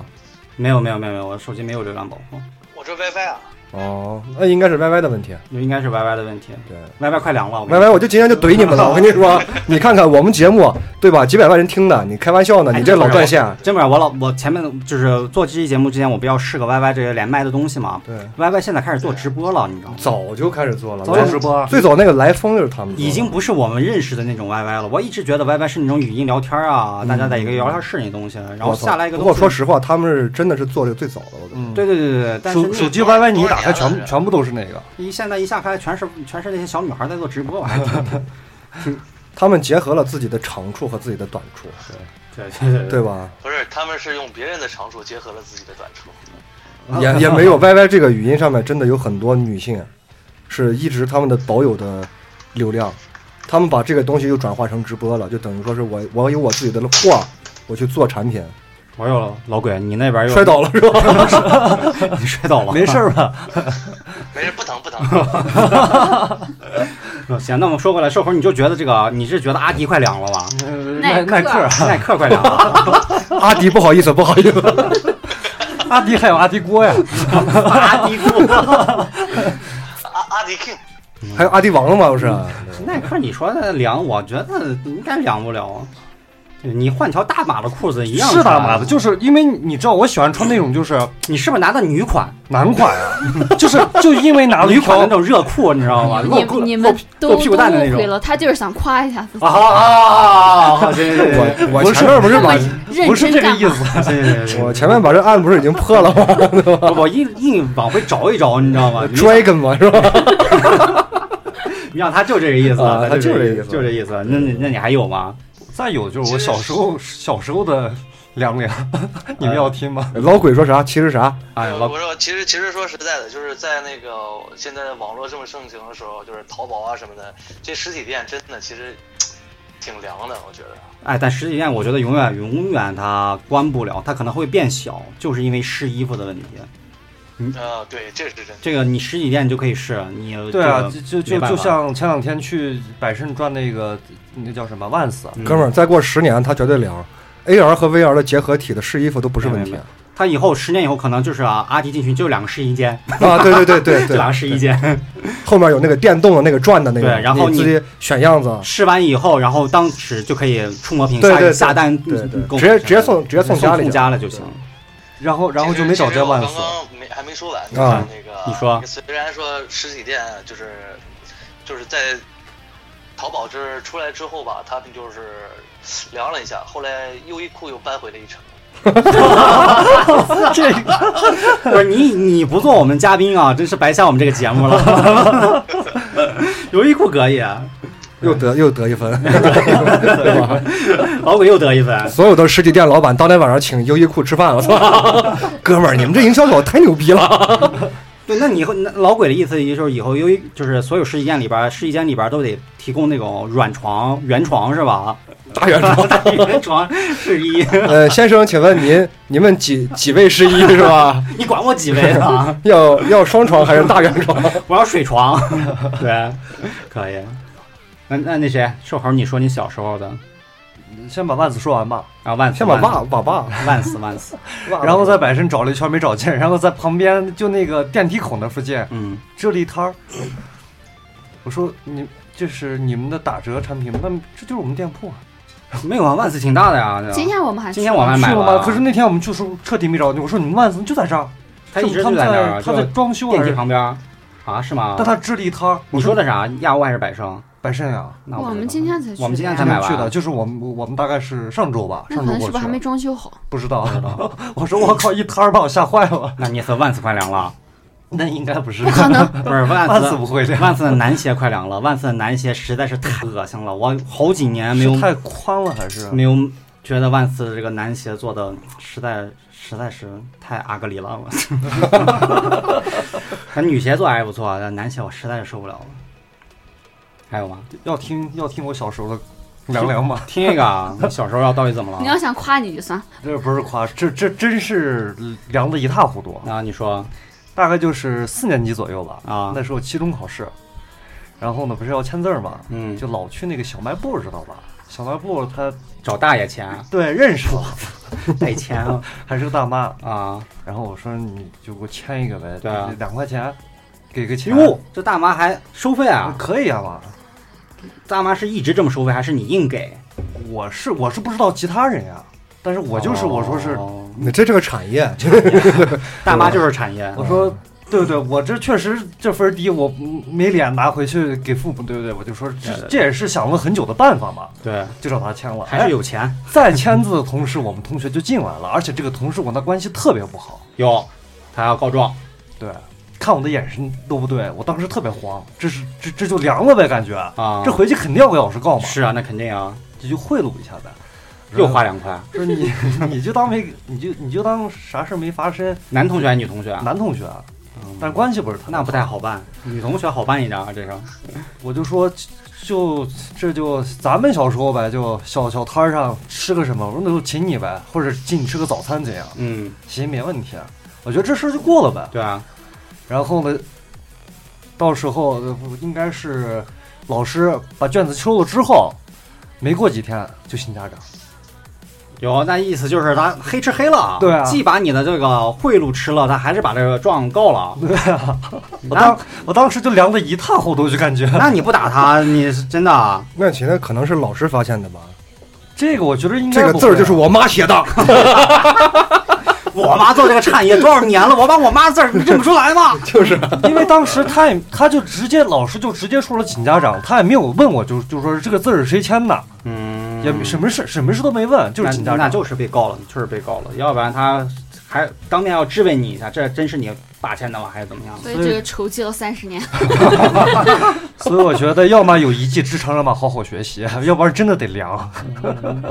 没有没有没有没有，我手机没有流量保护，
我这 WiFi 啊，
哦，那应该是 Y Y 的问题。
就应该是 Y Y 的问题。
对
Y Y 快凉了，我跟
，Y
你
Y 我就今天就怼你们了，我跟你说，你看看我们节目对吧？几百万人听的，你开玩笑呢？
哎
你这老断线。
真不是我老我前面就是做这期节目之前，我不要试个 Y Y 这些连麦的东西嘛。
对，
Y Y 现在开始做直播了，你知道吗？
早就开始做了，
早有
来
直
播
最早那个来风就是他们做的
啊已经不是我们认识的那种 YY 了。我一直觉得 YY 是那种语音聊天啊，大家在一个聊天室那东西，然后
嗯我操
下来一个
不
东西。
过说实话，他们是真的是做这个最早的，我觉得。
嗯，
对对对对对，但是
手
那
手机 YY 你一打开
多少
哎
年
全
了
全部都是那个，
一现在一下开全是全是那些小女孩在做直播，我啊 还挺
他们结合了自己的长处和自己的短处，
对对
对吧？
不是，他们是用别人的长处结合了自己的短处。
也也没有 YY 这个语音上面真的有很多女性，是一直他们的保有的流量，他们把这个东西又转化成直播了，就等于说是我我有我自己的货，我去做产品，
我有了老鬼，你那边又
摔，倒了是 吧？
你摔倒了，
没事儿吧？
没事，不疼不疼。
行，那我们说回来，瘦猴，你就觉得这个你是觉得阿迪快凉了吧？
耐
耐
耐克
克
啊，
耐克快凉了，
阿迪不好意思，不好意思，
阿迪还有阿迪锅呀，
阿迪裤。
阿阿迪 King，
还有阿迪王了吗？不是，
耐克你说的凉，我觉得应该凉不了。你换条大码的裤子一样
是大
穿
码的，就是因为你知道我喜欢穿那种就是
你是不是拿的女款？
男款啊， 就是就因为拿了一
女款的
条
那种热裤，你知道吗？ 露
你
裤
们你
露
们
屁
都
露
都
屁股蛋的那
误
种
会。了，他就是想夸一下自己
啊。啊啊！行行行
我我
不是
前面不是
那么
把
认
不是
真
这个
干
意
嘛？
思，
行行，
我前面把这案不是已经破了吗
我我硬硬往回找一找，你知道 吗？
？Dragon 吗？是吧？
你让他就这个意思，
啊他就
这
这
个
意思
就这意思。那你那你还有吗？
再有就是我小时候小时候的凉凉， 你们要听吗？
老鬼说啥？其实啥？
哎，
我
老
我说，其实其实说实在的，就是在那个现在网络这么盛行的时候，就是淘宝啊什么的，这实体店真的其实挺凉的，我觉得。
哎，但实体店我觉得永远永远它关不了，它可能会变小，就是因为试衣服的问题。
呃，对，这是真的。
这个你实体店你就可以试，你
对啊，
这个
就就
没
就
办
就
法
像前两天去百盛转那个那叫什么万斯，啊
嗯
哥们儿，再过十年他绝对凉。AR 和 VR 的结合体的试衣服都不是问题
明
啊！
他以后十年以后可能就是啊，阿迪进去就两个试衣间，
啊对对对对
就
对，
两个试衣间，
后面有那个电动的那个转的那个，
对然后
你
你
自己选样子，
试完以后，然后当时就可以触摸屏
对对
下
对
下单，
对对
嗯，购
直接直接送直接送家里去
送家了就行。
然后然后
其实
就没找
其实
见
我
万
刚
斯。
刚没还没说完，就是
啊
那个
你说
虽然说实体店就是就是在淘宝这儿出来之后吧，他们就是凉了一下，后来优衣库又扳回了一城。
这个
不是你你不做我们 嘉宾啊，真是白瞎我们这个节目了。优衣库可以，
又得又得 一分， 对吧？
老鬼又得一分，
所有的实体店老板当天晚上请优衣库吃饭，我操， 哥们儿，你们这营销手太牛逼了！
对，那你以后那老鬼的意思就是以后由于就是所有试衣间里边儿，试衣间里边儿都得提供那种软床、圆床是吧？
大圆桌，
大圆床试衣，
呃，先生，请问您你们几几位试衣是吧？
你管我几位啊？
要要双床还是大圆 床？
我要水床。对，可以。那那那谁，瘦猴，你说你小时候的
先把万斯说完吧，
啊？万斯
先把
万
袜把袜，
斯万斯万斯，
然后在百盛找了一圈没找见，然后在旁边就那个电梯口那附近
嗯，
支了一摊儿。我说你这是你们的打折产品，那这就是我们店铺啊。
没有啊，万斯挺大的呀。对吧
今天我们还
今天我还买
是
了
吗？
啊，
可是那天我们就是彻底没找见，我说你们万斯就在这儿，
他一直
是
就
不是
在
他
那儿，
们
啊
他
就
在装修
电
还
梯
是？
旁边儿啊？是吗
但？他支了一摊儿。
你说的啥？亚欧还是百盛？
百盛啊，
那
我
不知
们
道
今天才去的呀，
我们今天才
今
买
天
完啊
去的，就是我们我们大概是上周吧，
那
上
可能
周过
是
去
不是还没
的，
装修好？
不知道。 我说我靠，一摊儿把我吓坏了。
那你是万斯快凉 了，
那应该不是
不，可能，
不是万
万斯
斯
不会这样，
万斯的男鞋快凉了，万斯的男鞋实在是太恶心了，我好几年没有
是太宽了还是？
没有觉得万斯这个男鞋做的实在实在是太阿格里了， 我。咱女鞋做还是不错，啊但男鞋我实在是受不了了。还有吗？
要听要听我小时候的凉凉吗？
听一个啊，你小时候要到底怎么
你要
了？
想夸你就算了。
这不是夸，这这真是凉的一塌糊涂。
啊，你说
大概就是四年级左右吧，
啊
那时候期中考试，然后呢不是要签字儿嘛，
嗯
就老去那个小卖部，知道吧？小卖部他
找大爷钱，啊
对认识我，
带钱啊
还是个大妈，
啊！
然后我说你就给我签一个呗，
对啊
两块钱，给个钱，
哟，这大妈还收费
啊
啊？
可以啊嘛。
大妈是一直这么收费，还是你硬给？
我是我是不知道其他人呀，但是我就是我说 是，
哦
你这是个产业，
大妈就是产业，
我说对对，我这确实这分儿低，我没脸拿回去给父母，对不对？我就说
对对
这
对
这也是想了很久的办法嘛，
对，
就找他签了。
还是有钱
哎在签字的同时，我们同学就进来了，而且这个同事我跟他关系特别不好，
有，他要告状，
对，看我的眼神都不对，我当时特别慌，这是这这就凉了呗，感觉
啊
这回去肯定要给老师告嘛，
是啊，那肯定啊，
这就贿赂一下呗。嗯
又花两块。
说你 你就当没你就你就当啥事儿没发生，
男同学还是女同学啊？
男同学啊，
嗯
但是关系不是特别
那不太好办，女同学好办一点啊，这 是。
我就说，就这就咱们小时候呗，就小小摊儿上吃个什么，我说那就请你呗，或者请你吃个早餐怎样？
嗯，
行，没问题。啊我觉得这事儿就过了呗。
对啊，
然后呢，到时候呃应该是老师把卷子收了之后，没过几天就请家长。
有那意思就是他黑吃黑了啊，
对啊
既把你的这个贿赂吃了，他还是把这个状告了。
对啊，我
那
当我当时就凉的一塌糊涂，就感觉
那你不打他，你是真的啊
那其实可能是老师发现的吧？
这个我觉得应该
这个
不
字
会
儿
啊
就是我妈写的，
我妈做这个产业多少年了，我把我妈字儿认不出来吗？
就是
因为当时他也，他就直接老师就直接说了请家长，他也没有问我就就说这个字儿是谁签的，
嗯
也什么事什么事都没问，就是请
那
家
那
长。
就是被告了，就是被告了，要不然他还当面要质问你一下，这真是你爸签的吗，还是怎么样？
所以
所以
这个仇记了三十年。
所以我觉得，要么有一技之长，要么好好学习，要不然真的得凉。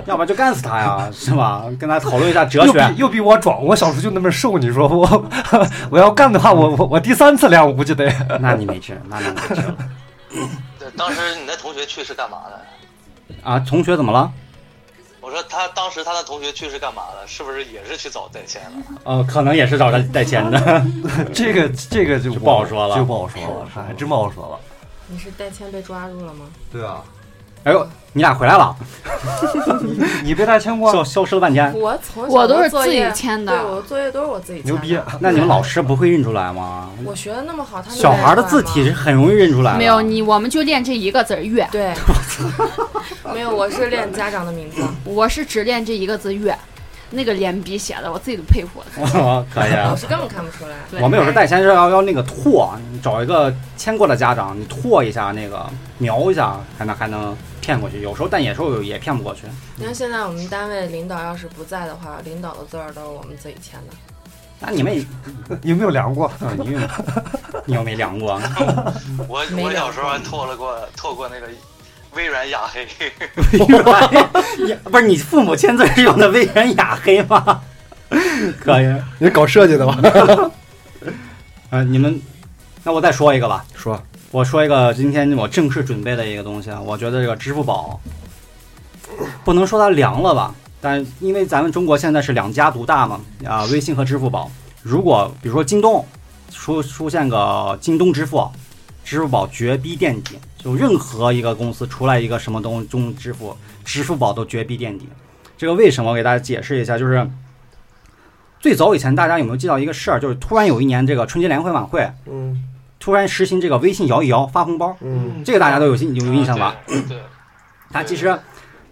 要不然就干死他 呀，是吧？跟他讨论一下哲
又
学
比。又比我壮，我小时候就那么瘦，你说我我要干的话，我我我第三次凉，我估计得
那你没吃，那你没吃了
对，呃当时你那同学去是干嘛的？
啊？同学怎么了？
我说他当时他的同学去是干嘛的？是不是也是去找代签了？
呃，可能也是找他带钱的。
这个这个就
就不好说了
就不好说了，还真不好说了。
你是带签被抓住了吗？
对啊，
哎呦，你俩回来了，
你被他签过，
消消失了半天。
我从小
我都是
作
自己
业
签
对，
的，
我的作业都是我自己签
牛
的。
逼！
那你们老师不会认出来吗？
我学的那么好，他们
小孩的
认出
字
来吗
体是很容易认出来的。
啊没有你，我们就练这一个字儿“月
对， 没有，我是练家长的名字。”，
我是只练这一个字“月”，那个连笔写的，我自己都佩服了。
可以啊
老。师根本看不出来。
对
我们有时候带钱是要要那个拓，你找一个签过的家长，你拓一下那个描一下，还能还能骗过去。有时候但有时候也骗不过去。
你看现在我们单位领导要是不在的话，领导的字儿都是我们自己签的。
那你们也
有没有凉过？
嗯 你又你又没量过，
我
没
我
聊
小时候还透了过透过那个微软雅黑，
不是你父母签字是用的微软雅黑吗？ 可以啊、
你是搞设计的吧？
呃你们，那我再说一个吧。
说，
我说一个今天我正式准备的一个东西啊，我觉得这个支付宝不能说它凉了吧，但因为咱们中国现在是两家独大嘛，啊，微信和支付宝。如果比如说京东出出现个京东支付，啊支付宝绝逼垫底，就任何一个公司出来一个什么东中支付，支付宝都绝逼垫底。这个为什么？我给大家解释一下，就是最早以前大家有没有记到一个事儿，就是突然有一年这个春节联欢晚会
嗯
突然实行这个微信摇一摇发红包。
嗯，啊
这个大家都有印有印象吧？
对？对，
他其实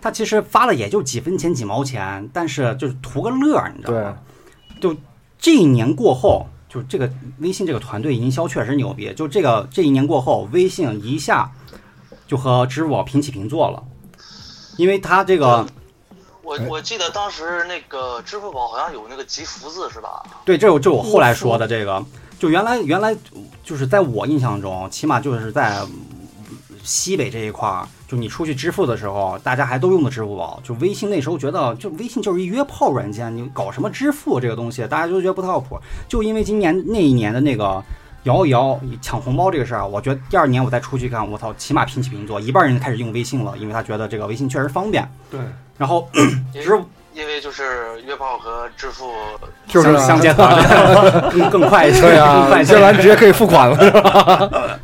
他其实发了也就几分钱几毛钱，但是就是图个乐儿，你知道
对
吗？，这一年过后，就这个微信这个团队营销确实牛逼。就这个这一年过后，微信一下就和支付宝平起平坐了，因为它这个
我
哎
我记得当时那个支付宝好像有那个集福字是吧？
对，这我这我后来说的这个，就原来原来就是在我印象中，起码就是在西北这一块儿，就你出去支付的时候，大家还都用的支付宝。就微信那时候觉得，就微信就是一约炮软件，你搞什么支付这个东西，大家就觉得不靠谱。就因为今年那一年的那个摇一摇抢红包这个事儿，我觉得第二年我再出去看，我操，起码平起平坐，一半人开始用微信了，因为他觉得这个微信确实方便。
对，
然后
哎
因
支
为
付
因为就是约炮和支付，
就是
相
啊
相结合 了，啊更更快一些，
对
更
啊，
快一
你
些
这。完直接可以付款了。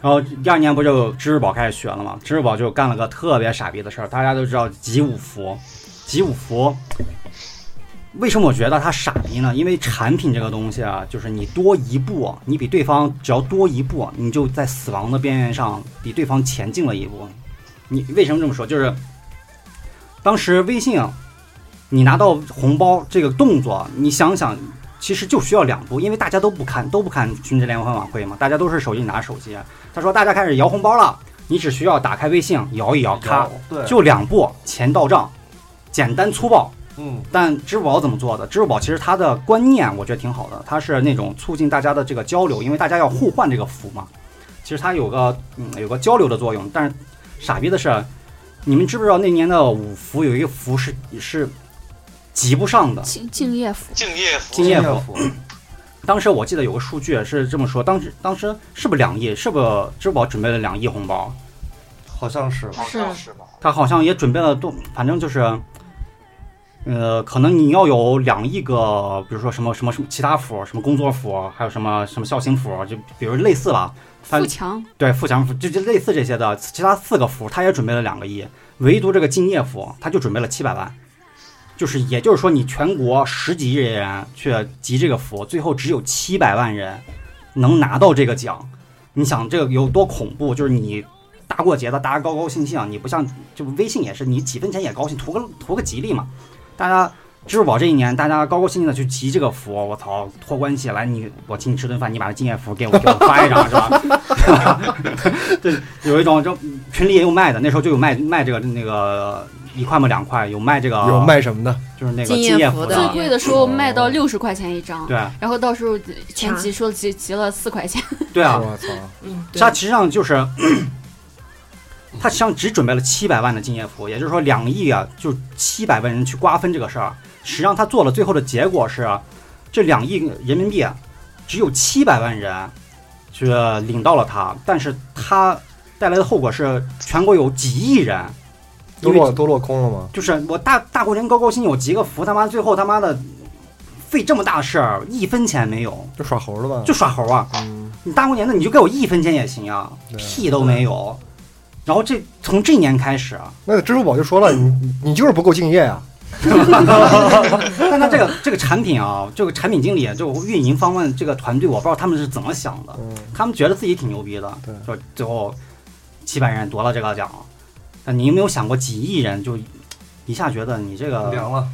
然后第二年不就支付宝开始学了吗？支付宝就干了个特别傻逼的事儿，大家都知道集五福，集五福。为什么我觉得它傻逼呢？因为产品这个东西啊，就是你多一步，啊你比对方只要多一步，啊你就在死亡的边缘上比对方前进了一步。你为什么这么说？就是当时微信，啊你拿到红包这个动作，啊你想想，其实就需要两步，因为大家都不看都不看春节联欢晚会嘛，大家都是手机拿手机。啊他说大家开始摇红包了，你只需要打开微信摇一摇，咔，
对，
就两步，钱到账，简单粗暴。
嗯，
但支付宝怎么做的？支付宝其实它的观念我觉得挺好的，它是那种促进大家的这个交流，因为大家要互换这个福嘛。其实它有个嗯有个交流的作用，但是傻逼的是，你们知不知道那年的五福有一个福是是及不上的，
敬敬
嗯
业福，
敬业福，
敬业福。
福，
当时我记得有个数据是这么说，当时当时是不是两亿？是不是支付宝准备了两亿红包？
好像是吧
好像是吧？
他好像也准备了多，反正就是，呃，可能你要有两亿个，比如说什么什么什么其他服，什么工作服，还有什么什么孝行服，就比如类似吧。他
富强，
对富强服，就就类似这些的，其他四个服他也准备了两个亿，唯独这个敬业服他就准备了七百万，就是也就是说你全国十几亿人去集这个服，最后只有七百万人能拿到这个奖，你想这个有多恐怖？就是你大过节的，大家高高兴啊兴，你不像就微信也是，你几分钱也高兴，图个图个吉利嘛。大家支付宝这一年，大家高高兴兴的去集这个福，我操，托关系来你，我请你吃顿饭，你把这敬业福给我给我发一张是吧？ 对，有一种就嗯群里也有卖的，那时候就有卖卖这个那个一块嘛两块，有卖这个
有卖什么的？
就是那个
敬业
敬业
福
福
的
最
的，
贵的时候卖到六十块钱一张，
哦对
然后到时候
啊
前期说集集了四块钱，
对啊，
我操！
嗯，对
它，实际上就是，他实际上只准备了七百万的敬业福，也就是说两亿啊，就七百万人去瓜分这个事儿。实际上他做了最后的结果是，啊这两亿人民币啊只有七百万人去领到了它，但是它带来的后果是全国有几亿人。
都
因为
落都落空了吗？
就是我大大过年高高兴兴，我集个福，他妈最后他妈的费这么大事儿，一分钱没有，
就耍猴了吧？
就耍猴啊！
嗯，
你大过年的你就给我一分钱也行啊，
对
屁都没有。然后这从这年开始，啊，
那支付宝就说了，你你你就是不够敬业啊呀。
但他这 个这个产品啊，这个产品经理就运营方面这个团队，我不知道他们是怎么想的，
嗯，
他们觉得自己挺牛逼的，
对
就最后七百人夺了这个奖。但你有没有想过几亿人就一下觉得你这个
嗯凉了，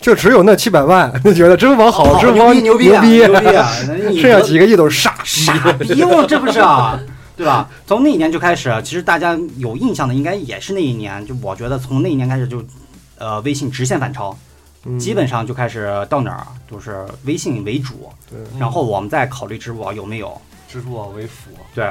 就只有那七百万，就觉得支付宝好，支付宝
牛逼牛逼
逼
啊牛逼啊！你
剩下
得
几个亿都是傻逼。
傻逼吗？这不是啊，对吧？从那一年就开始，其实大家有印象的应该也是那一年，就我觉得从那一年开始就，呃，微信直线反超，
嗯
基本上就开始到哪儿啊就是微信为主，
对
嗯
然后我们再考虑支付宝有没有。
支付宝为辅，
对，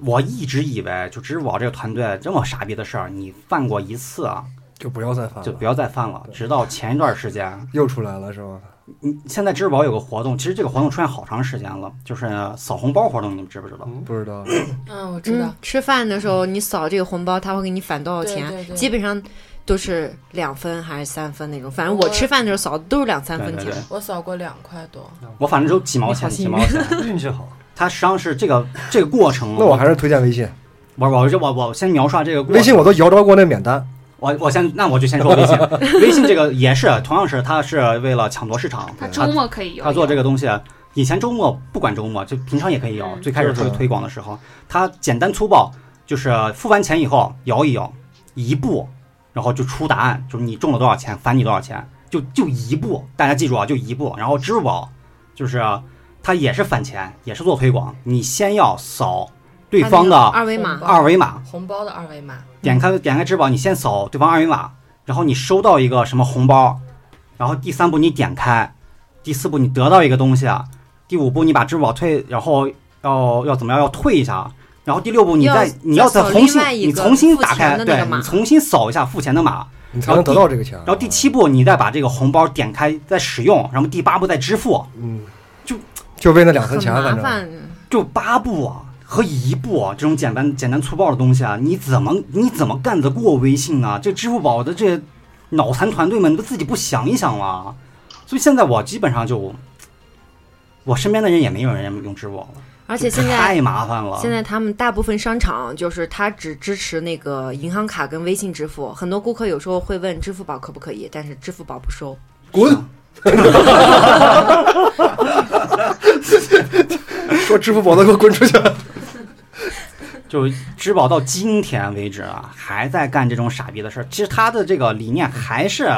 我一直以为就支付宝这个团队这么傻逼的事儿，你犯过一次啊，
就不要再发
就
了
不。要再犯了。直到前一段时间，
又出来了是吧？
嗯，现在支付宝有个活动，其实这个活动出现好长时间了，就是扫红包活动，你们知不知道？
不知道，
嗯，我知道
嗯，，吃饭的时候你扫这个红包，他会给你返多少
对
钱，
对对
基本上都是两分还是三分那种。反正
我
我吃饭的时候扫的都是两三
对
分
对
钱
对，，
我扫过两块多，
我反正只有几毛钱，
你好
几
幸运
毛钱。
运气好，
它实际上是这个这个过程，啊
那我还是推荐微信，
我我我我先描述下这个过程
微信我都摇着过那免单，
我我先，那我就先说 微信。微信这个也是，同样是它是为了抢夺市场，
他
它
周末可以有，
它做这个东西，啊以前周末不管周末，就平常也可以摇。
嗯
最开始推
是的
推广的时候，它简单粗暴，就是付完钱以后摇一摇，一步，然后就出答案，就是你中了多少钱，返你多少钱，就就一步，大家记住啊，就一步。然后支付宝就是它也是返钱，也是做推广，你先要扫对
它那
方
个
的
二维码
红包
二维码，
红包的二维码，
点开点开支付宝，你先扫对方二维码，然后你收到一个什么红包，然后第三步你点开，第四步你得到一个东西，啊第五步你把支付宝退，然后要要怎么样要退一下，然后第六步你
要
再你要再
扫
重新
另外一
你
个
重新
付
打开
钱的那
对
个码
你重新扫一下付钱的码，
你才能得到这个钱。然啊
然后第，七步你再把这个红包点开再使用，然后第八步再支付，
嗯，
就
就为那两分
很
钱，
麻
反正
烦。
就八步啊和一步啊这种简单简单粗暴的东西啊，你怎么你怎么干得过微信啊？这支付宝的这些脑残团队们，都自己不想一想吗？所以现在我基本上就，我身边的人也没有人用支付宝了，
而且现
哎
在
太麻烦了。
现在他们大部分商场就是它只支持那个银行卡跟微信支付，很多顾客有时候会问支付宝可不可以，但是支付宝不收。
滚！说支付宝的给我滚出去！
就支付宝到今天为止啊，还在干这种傻逼的事儿。其实他的这个理念还是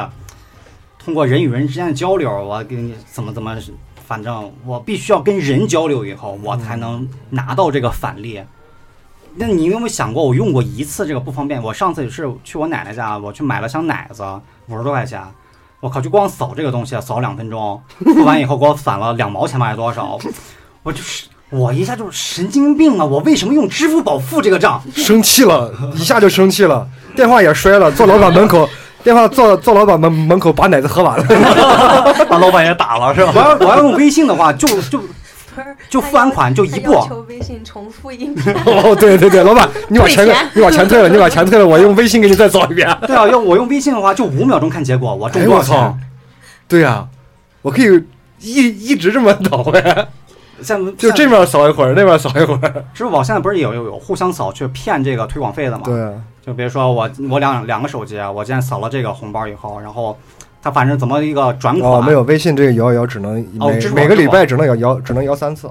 通过人与人之间的交流，我给你怎么怎么，反正我必须要跟人交流以后，我才能拿到这个返利。那你有没有想过，我用过一次这个不方便？我上次也是去我奶奶家，我去买了箱奶子，五十多块钱。我靠，就光扫这个东西，扫两分钟，付完以后给我返了两毛钱吧，还是多少？ 我就是我一下就是神经病啊！我为什么用支付宝付这个账？
生气了，一下就生气了，电话也摔了，坐老板门口，电话坐坐老板门门口，把奶子喝完了。
把老板也打了是吧？
我要我要用微信的话，就就
不是
就付完款就
他
一步
要，求微信重复一遍，
哦，对对对，老板，你把钱给
退钱
你把钱退了，你把钱退了，我用微信给你再扫一遍。
对啊，用我用微信的话，就五秒钟看结果，我中
哎
多
我
少
操
钱？！
对呀、我可以一一直这么倒呗，
像
就这边扫一会儿，那边扫一会儿。
支付宝现在不是有有有互相扫去骗这个推广费的吗？
对，啊
就比如说我我两两个手机，我今天扫了这个红包以后，然后他反正怎么一个转款，
哦，没有微信这个摇一摇只能每、
哦支付宝
每个礼拜只能摇摇只能摇三次，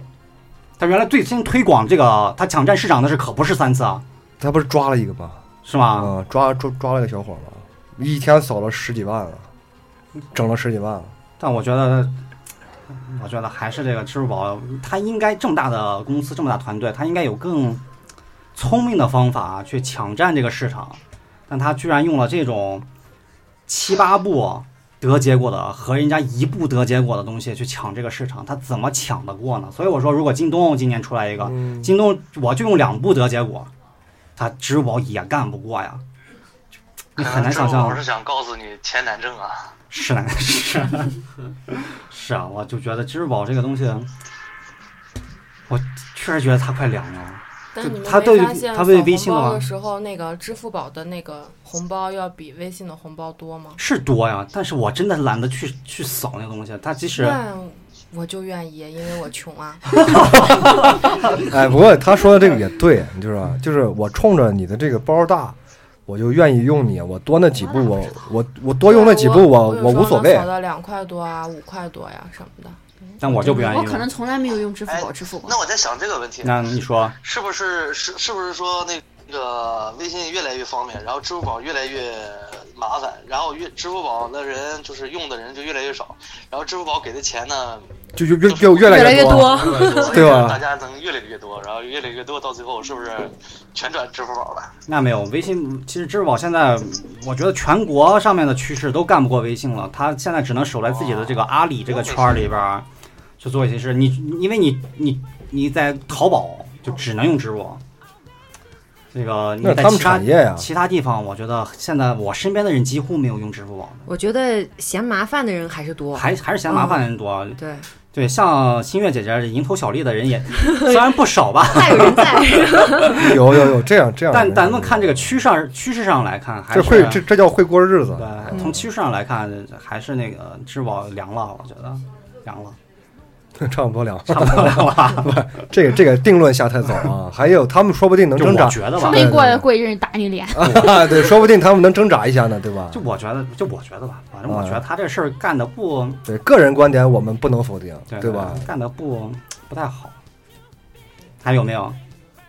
他原来最先推广这个他抢占市场的是可不是三次啊，
他不是抓了一个吗？
是吗？
啊，抓抓抓了个小伙嘛，一天扫了十几万了，整了十几万了。
但我觉得。我觉得还是这个支付宝，它应该这么大的公司，这么大团队，它应该有更聪明的方法去抢占这个市场，但它居然用了这种七八步得结果的和人家一步得结果的东西去抢这个市场，它怎么抢得过呢？所以我说，如果京东今年出来一个，京东我就用两步得结果，它支付宝也干不过呀，你很难想象。啊
我是想告诉你，钱难挣啊。
是 难是啊是啊，我就觉得支付宝这个东西，我确实觉得它快凉了。
但
就
你们
他对
没发现
他
扫
对微信
红
的
包
话
的时候，那个支付宝的那个红包要比微信的红包多吗？
是多呀，但是我真的懒得去去扫那个东西。它即使
那我就愿意，因为我穷啊。
哎，不过他说的这个也对，你知道吧？就是我冲着你的这个包大，我就愿意用你，我多那几步，我我我多用那几步，
对
我
我有时候
无所
能
谓
扫。到两块多啊，五块多呀什么的。
但我就不愿
我
意
可
用。
能从来没有用支付宝支付过
哎那。我在想这个问题，啊
那你说，
是不是是是不是说那个微信越来越方便，然后支付宝越来越麻烦，然后越支付宝的人就是用的人就越来越少，然后支付宝给的 钱呢
就就就就越
越来
越
越
多。
多，
越来越多
对吧
大家能越来越多，然后越来越多，到最后是不是全转支付宝了？
那没有微信，其实支付宝现在，我觉得全国上面的趋势都干不过微信了。它现在只能守在自己的这个阿里这个圈儿里边儿去做一些事。你因为你你你在淘宝就只能用支付宝，那个你
那是
在
他们
其他
产业呀
其他地方我觉得现在我身边的人几乎没有用支付宝
我觉得嫌麻烦的人还是多，
的，还还是嫌麻烦的人
啊
多。
对，
对，像新月姐姐蝇头小利的人 也虽然不少吧，
还有 人在，
有有有这样这样的人，
但咱们看这个趋势趋势上来看，还
这
是啊
会这嗯这叫会过日子。
对，从趋势上来看，还是那个支付宝凉了，我觉得凉了，
差不多两，
差不多凉了。
这个这个定论下太早啊，还有他们说不定能
就
挣扎
我，觉得
说
吧
不，定过来过一阵打你脸。
啊，对，说不定他们能挣扎一下呢，对吧
就？我觉得，就我觉得吧，反正我
嗯
觉得他这事儿干的不，
对，个人观点我们不能否定，
对
对吧？？
干的不不太好。还有没有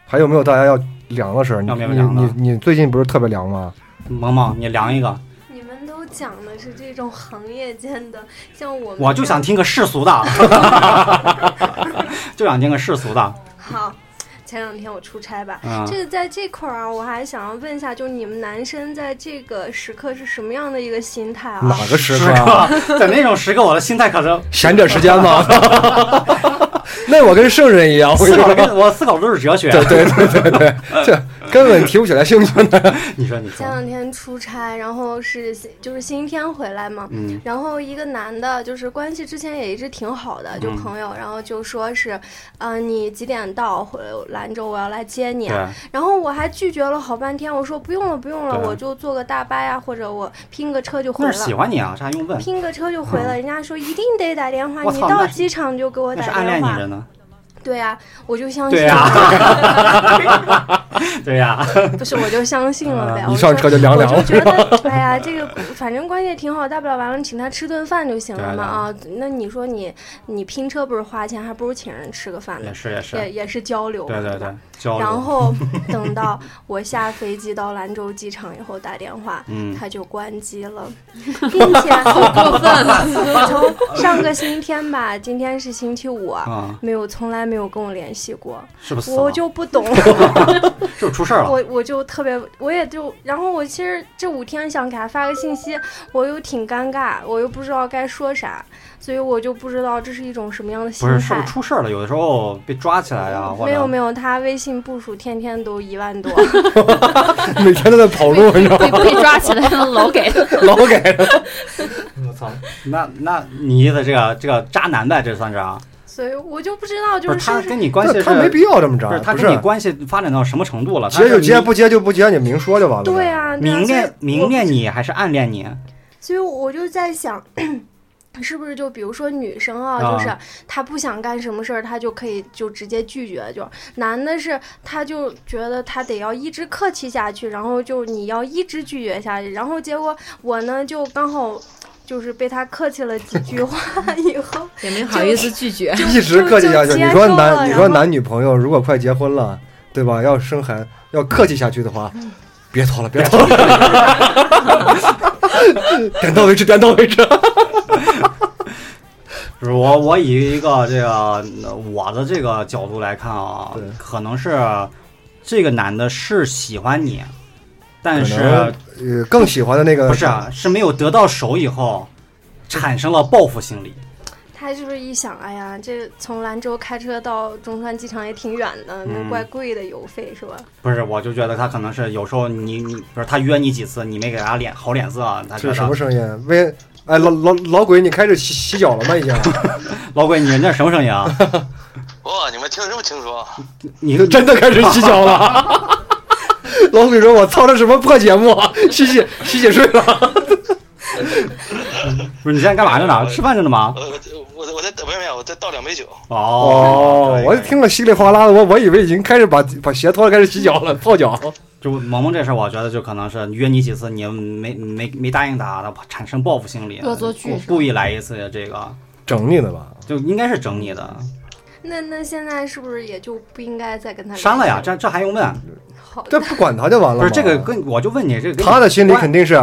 还有没有大家要凉的事儿？你
要没有
你
凉的
你你最近不是特别凉吗？
萌萌？你量一个，
你们都讲的是这种行业间的，像我们
我就
这
想
样
听个世 俗的，就想听个世俗的。
好。前两天我出差吧，
嗯，
这个在这块儿啊，我还想要问一下，就你们男生在这个时刻是什么样的一个心态啊？
哪个时
时
刻啊？
刻，在那种时刻，我的心态可是
闲着时 间吗？那我跟圣人一样，我跟
思
你
考
说
的跟我思考的都是哲学。
对对对对对， 这根本提不起来兴趣呢。
你说，你说
前，两天出差，然后是就是星期天回来嘛，
嗯，
然后一个男的，就是关系之前也一直挺好的，就
嗯
朋友，然后就说是，嗯、你几点到回兰州，我要来接你、啊。
对，
然后我还拒绝了好半天，我说不用了，不用了，
对啊
我就坐个大巴呀，或者我拼个车就回
那是喜
了。
欢你啊，这还用问？
拼个车就回了，人家说一定得打电话，
我
你
操
到
那是
机场就给我
那是
打
暗恋
电
你
话
着。呢。
对呀、我就相信
对 啊
了，
呀，对呀，
不是我就相
嗯
信了呗。
一
我
上
说
车就凉凉
我
了
就，觉 得，哎呀，这个反正关系也挺好，大不了完了请他吃顿饭就行了嘛啊。那你说你你拼车不是花钱，还不如请人吃个饭呢
也，是也是，
也也是交流嘛。
对对
吧
对，交
然
流，
后等到我下飞机到兰州机场以后打电话，
嗯，
他就关机 了，并且好过分。啊 从上个星期天吧，今天是星期五，
啊，
没有从来没有跟我联系过，
是不是死了？
我就不 懂。
就出事儿了，
我我就特别，我也就，然后我其实这五天想给他发个信息，我又挺尴尬，我又不知道该说啥，所以我就不知道这是一种什么样的心
不是，是不
态
是。出事儿了？有的时候被抓起来啊，或
没有
者
没有，他微信步数天天都一 万多，
每天都在跑路，你知道吗？
被被抓起来老给 他，
老给
我操，
那那你的这个这个渣男呗，这算是啊？
所以我就不知道就
不
是
是
是
他
不是
跟你关系是，
他没必要这么着，
不是他
不
跟你
是
关系发展到什么程度了？他
接就是接，
明
不接就不接，你明说就完了。
对，啊，对啊
明恋
所以
明
我
恋你还是暗恋你？
所以我就在想。 是不是就比如说女生啊，
啊
就是她不想干什么事儿，她就可以就直接拒绝；就男的是，他就觉得他得要一直客气下去，然后就你要一直拒绝下去，然后结果我呢就刚好就是被他客气了几句话以后，
也没好意思拒 绝。
就
一直客气下去。
就接
你说
受了
男，你
然
说
后
男女朋友如果快结婚了，对吧？要生孩，要客气下去的话，
嗯
别拖了，别拖了，点到为止，点到为止。
就是我我以一个这个呃我的这个角度来看啊
对，
可能是这个男的是喜欢你，但
可能
是
呃，更喜欢的那个
不是啊是没有得到手以后，产生了报复心理。
他是不是一想，哎呀，这从兰州开车到中山机场也挺远的，那
嗯
怪贵的油费是吧？
不是，我就觉得他可能是有时候你你不是他约你几次，你没给他脸好脸色，啊他觉
这是什么
得
声音？喂，哎，老老老鬼，你开始洗洗脚了吗？已经，
老鬼，你那什么声音啊？
哇，你们听这么清楚？啊
你
你真的开始洗脚了。 老鬼说：“我操，这什么破节目啊！洗洗洗洗睡了。
不是你现在干嘛着呢？吃饭着呢吗？
呃，我我我在等，没有没有，我再倒两杯酒。
哦，
我听了稀里哗啦的，我我以为已经开始把把鞋脱了，开始洗脚了，泡脚。
就萌萌这事儿，我觉得就可能是约你几次，你没没没答应他，他产生报复心理，
恶作剧
故
是吧
故意来一次这个，
整你的吧？
就应该是整你的，
那那现在是不是也就不应该再跟他
删了呀，
联系？
这这还用问？
好
这不管他就完了
不
嘛。
是这个跟我就问你，这个跟
他的心里肯定是，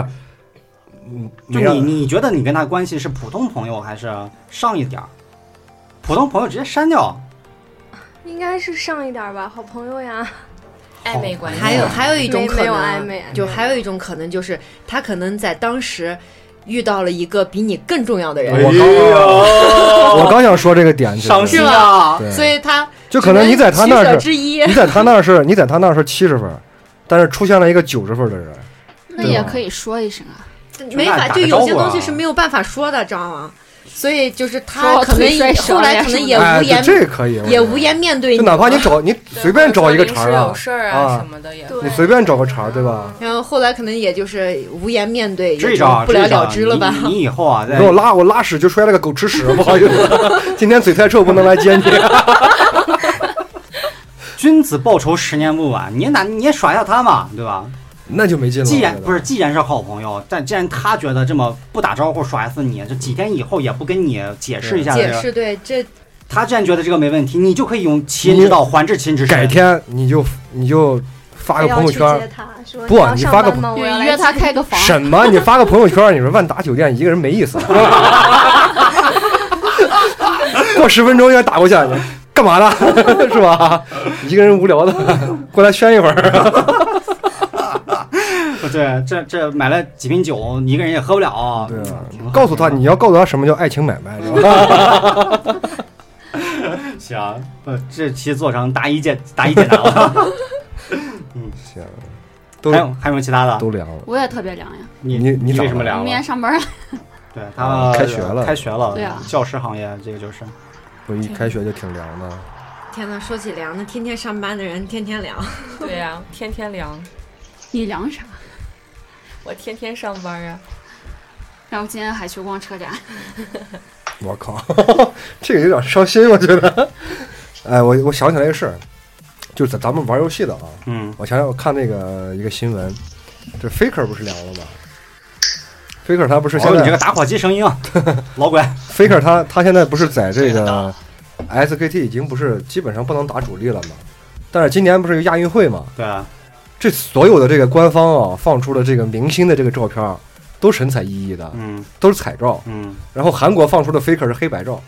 嗯，没
就
让
你你觉得你跟他关系是普通朋友还是上一点儿？普通朋友直接删掉，
应该是上一点儿吧，好朋友呀，
暧昧关系，
还有还有一种
没
可
没有暧
能，
昧，
就还有一种可能就是他可能在当时遇到了一个比你更重要的人，
我刚我刚想说这个点，就
哎伤
是
心啊！
对
所以他
就可能你在他那
取舍
儿是，
之一。
你在他那儿是，你在他那儿是七十分，但是出现了一个九十分的人，
那也可以说一声啊，
没法，就有
啊
些东西是没有办法说的，知道吗？所以就是他
说
可能
腿摔折
后来
了
可能
呀
哎
也无
对
言，
这可以我觉
也
得
无言面对
就
你
哪怕你
了
找你随便找一个茬儿
临时
啊
有事儿啊什
啊，
么的也
对
你随便找个茬儿对吧？
然后后来可能也就是无言面对，
这
也
一
就
招啊
不了
这一招
了
啊
之了吧？
你你以后啊，
你
在
给我拉我拉屎就摔了个狗吃屎，不好 意思，今天嘴太臭不能来接你。
君子报仇十年不晚，你也哪你也耍一下他嘛，对吧？
那就没劲了。
既
我
然
觉得
不是，既然是好朋友，但既然他觉得这么不打招呼耍一次你，就几天以后也不跟你解释一下这
解
个，
释对这
他既然觉得这个没问题，你就可以用其人之道还治其人之身。
改天你就你就发
不
个
要
朋友
去接
圈，
他，说
不
要
你
上
发个
班吗？
就
我要来
约他
接你
开个房，
什么？你发个朋友圈，你说万达酒店一个人没意思。过十分钟应该打过去，你干嘛呢？ 是吧？一个人无聊的，过来宣一会儿。
对，这这买了几瓶酒，你一个人也喝不了。
对啊
挺好
告诉他，你要告诉他什么叫爱情买卖，知道吧？
行，呃，这期做成答疑解答疑解答 了。
行，都
还有还有没有其他的？
都凉了。
我也特别凉呀，
你
你你
你
咋
为什么
了
凉
明
了
年？上班了，
对他
开学了
开学了。
对啊
教师行业这个就是
我一开学就挺凉的。
天呐，说起凉，那天天上班的人天天凉，
对啊呀、天天凉，
你凉啥？
我天天上班啊。
然后今天还去逛车展，
我靠， 这个有点伤心，我觉得。哎，我我想起来一个事儿，就是咱咱们玩游戏的啊，
嗯，
我前两天我看那个一个新闻，这 Faker 不是凉了吗？Faker 他不是现
哦
在、
你这个打火嗯机声音啊，老鬼，
Faker 他他现在不是在这个 SKT 已经不是基本上不能打主力了嘛？但是今年不是有亚运会嘛？
对啊，
这所有的这个官方啊放出了这个明星的这个照片儿，都神采奕奕的，
嗯
都是彩照。
嗯，
然后韩国放出的 Faker 是黑白照，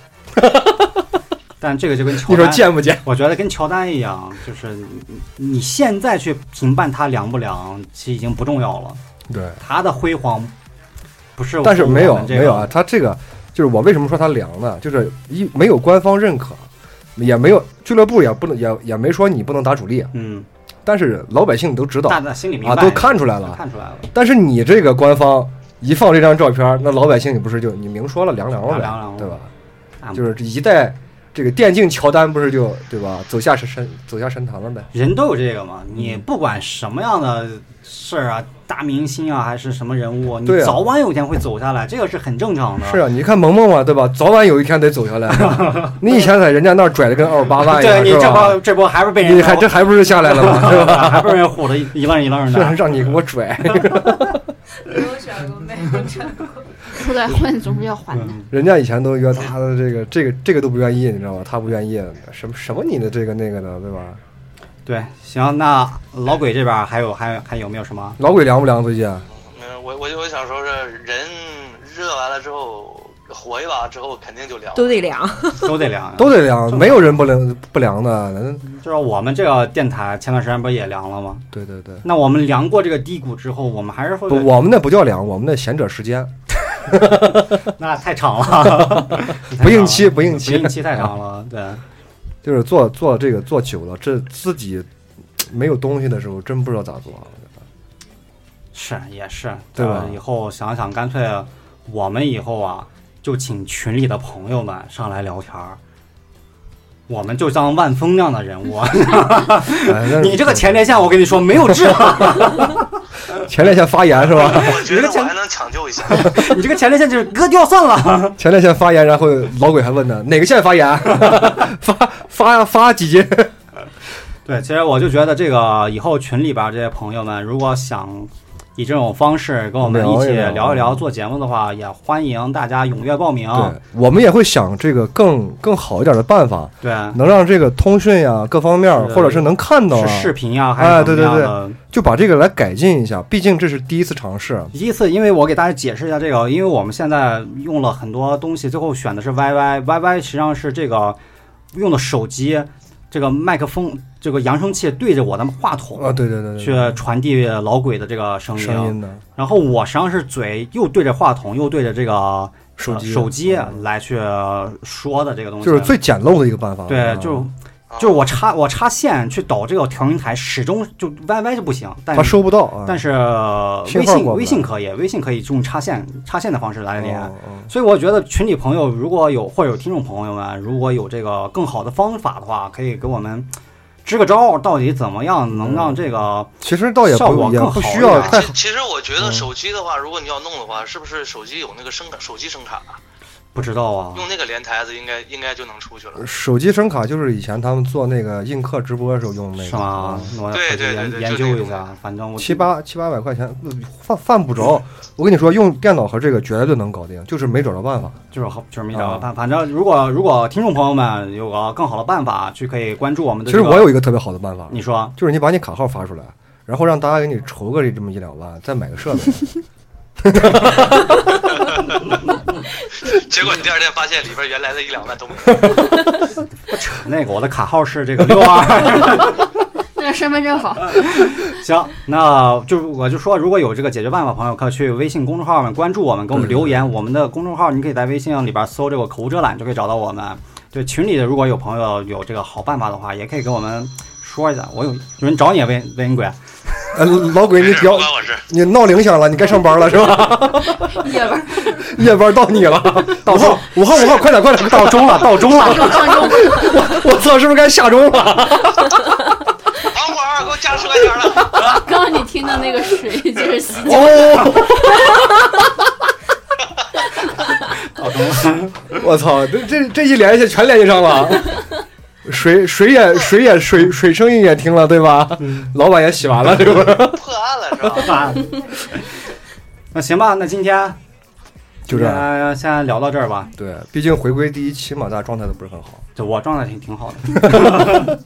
但这个就跟乔
你说
丹，
贱不贱？
我觉得跟乔丹一样，就是你你现在去评判他凉不凉，其实已经不重要了，
对。
他的辉煌不是，
但是没有
我们这个
没有啊，，他这个就是我为什么说他凉呢？就是一没有官方认可，也没有俱乐部也不能也也没说你不能打主力，
嗯，
但是老百姓都知道
大大心里明
啊，
白，
都看出来
都
了。
看出来了，
但是你这个官方一放这张照片，那老百姓你不是就你明说了凉凉了
凉凉了
呗，对吧？
啊
就是这一代这个电竞乔丹不是就对吧？走下神神走下神坛了呗。
人都有这个
嗯
嘛，你不管什么样的事儿啊，大明星啊，还是什么人物，你
对啊
早晚有一天会走下来，这个是很正常的。
是啊，你看萌萌嘛，对吧？早晚有一天得走 下来。你以前在人家那儿拽的跟二八万一
对
样，
你
是
这
吧
波？这波还不是被人啊
你还这还不是下 来了吗？是吧？
还不是被人唬的一愣一 愣
是啊
的。啊
让你给我拽，
没有选过，没有选过。
出来混总是要还的。
嗯
人家以前都约他的这个这个这个都不愿意，你知道吧？他不愿意，什么什么你的这个那个的，对吧？
对，行，那老鬼这边还有还有还有没有什么？
老鬼凉不凉最近？啊
没有，嗯我我我想说是人热完了之后，火一把之后肯定就凉。
都得凉。
都得啊凉，
都得 凉，没有人不凉不凉的。嗯
就是我们这个电台前段时间不是也凉了吗？
对对对，
那我们凉过这个低谷之后，我们还是会
不，我们那不叫凉，我们那闲者时间
那太长了，
不应期，
不
不应
不
期
应，期太长了。对，
就是做做这个做久了，这自己没有东西的时候，真不知道咋做。
是也是，
对吧
呃以后想想，干脆我们以后啊，就请群里的朋友们上来聊天儿。我们就当万峰那样的人物，
哎，那
你这个前列腺，我跟你说没有治了。
前列腺发炎是 吧？
我觉得我还能抢救一下。
你这个前列腺就是割掉算了。
前列腺发炎，然后老鬼还问呢，哪个腺发炎？ 发发发几斤？
对，其实我就觉得这个以后群里边儿这些朋友们，如果想以这种方式跟我们一起
聊一聊嗯
聊一聊做节目的话，也欢迎大家踊跃报名。
对，我们也会想这个更更好一点的办法，
对，
能让这个通讯呀、各方面
啊是，的
或者是能看到啊
是，视频呀、还
哎
是怎么
对对
样
对
的？
就把这个来改进一下。毕竟这是第一次尝试，啊
第一次，因为我给大家解释一下这个，因为我们现在用了很多东西，最后选的是 YY，YY 实际上是这个用的手机这个麦克风这个扬声器对着我的话筒。
啊，对对对
去
对，
传递老鬼的这个声音，啊
声音的
然后我实际上是嘴又对着话筒，又对着这个
手机
啊
啊嗯
手机来去说的这个东西，
就是最简陋的一个办法。
嗯对，
啊
就就是我插我插线去导这个调音台，始终就 YY 就不行，但
它收不到啊
但是
信
微
号
信
过不
微
来
信可以，微信可以用插线插线的方式来连。
哦哦
所以我觉得群里朋友如果有或者有听众朋友们啊如果有这个更好的方法的话，可以给我们支个招，到底怎么样
嗯
能让这个
其实倒也
效果
不也
更
不
好
需
一
要
点
太
啊其其实我觉
嗯
得手机的话，如果你要弄的话，是不是手机有那个声卡，手机声卡啊，
不知道啊？
用那个连台子应该应该就能出去了。
手机声卡，就是以前他们做那个映客直播的时候用的那个，嗯
是吗？我要
嗯
回
对
去
对对
研
对
研
就那
究
个
一下，反正我
七八七八百块钱呃犯犯不
嗯
着。我跟你说，用电脑和这个绝对能搞定，就是没找着办法。
就是好，就是没找到
啊
办。反正如果如果听众朋友们有个更好的办法，去可以关注我们的、
其
这
实
个。
我有一个特别好的办法，
你说
就是你把你卡号发出来，然后让大家给你筹个这么一两万，再买个设备。
结果你第二天发现里边原来的一两万都没
哎
有，
那个我的卡号是这个六二，
那个身份证好，
行，那就是我就说，如果有这个解决办法，朋友可以去微信公众号们关注我们，给我们留言。我们的公众号你可以在微信里边搜这个“口无遮拦”就可以找到我们。对群里的如果有朋友有这个好办法的话，也可以给我们说一下。我有有人找你，啊问问你鬼，
哎，老鬼，你
没事
表
不关我事。
你闹铃响了，你该上班了是吧？
夜班
夜班到你了，
到
五
钟
号五号五号，快点快点！
到钟了，到钟了。
我操，是不是该下钟了？
等会儿给我加十块钱了，
刚刚你听的那个水就是洗脚，
哦，我操，这这这一联系全联系上了。水水也水也水水声音也听了对吧？老板也洗完了对吧？
破案了是吧？
那行吧，那今天
就这样，
样，先聊到这儿吧。
对，毕竟回归第一期嘛，大家状态都不是很好。
就我状态挺挺好的。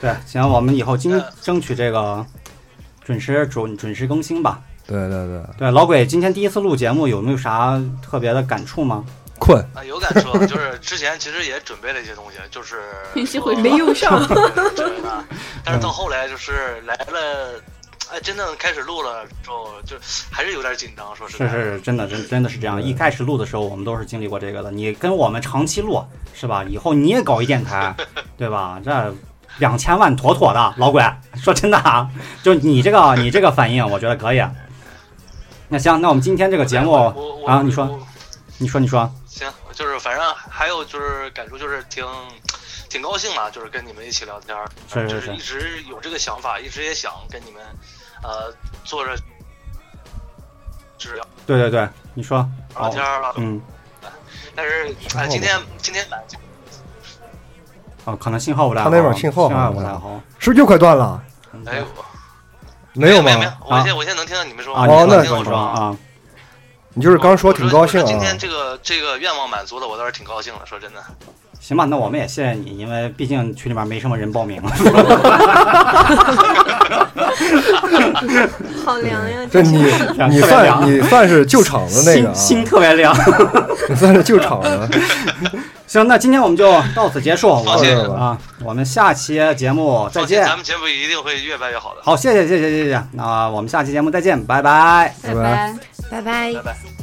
对，行，我们以后今争取这个准时准准时更新吧。
对对对，
对，老鬼，今天第一次录节目，有没有啥特别的感触吗？
困，
啊，有感触，就是之前其实也准备了一些东西，就是
平时
说
会
没用上，
之类的啊但是到后来就是来了，哎，真正开始录了之后，就还是有点紧张，说实在
是
的。
是，真的真真的是这样。一开始录的时候，我们都是经历过这个的。你跟我们长期录是吧？以后你也搞一电台，对吧？这两千万妥妥的，老鬼， 说真的啊，就你这个你这个反应，我觉得可以。啊那行，那我们今天这个节
我
目，
我
啊你说
我
你说你说，
行，就是反正还有就是感触就是挺挺高兴嘛，就是跟你们一起聊天儿，
是是
就是一直有这个想法，一直也想跟你们呃坐着就是聊
对对对，你说，
聊
哦
好，
天儿了。
嗯，
但
嗯
是哎，今天今天
哦，可能信号不太好，
他那边信号
信
好嗯
号
像
不
不
太
太
好。
是不是又快断了？
哎呦，
没有
没有没有
吗？，
我现在我现在能听到你们说
啊，
话，
你
哦
说
能
那
听到
你
我
说
说话。
啊，
你就是刚说挺高兴
我说今
啊
天。这个这个愿望满足了，我倒是挺高兴的。说真的，
行吧，那我们也谢谢你，因为毕竟群里面没什么人报名了。
啊
好凉呀！
嗯这你
天特别
你算
凉
你算是救场的那个
心
啊，
心特别凉。
你算是救场的。
行，那今天我们就到此结束，我
放心
们啊，我们下期节目再
放心
见。
咱们节目一定会越办越好的。
好，谢谢谢谢谢谢，那我们下期节目再见，拜拜。
拜
拜拜
拜。
拜拜
拜。拜。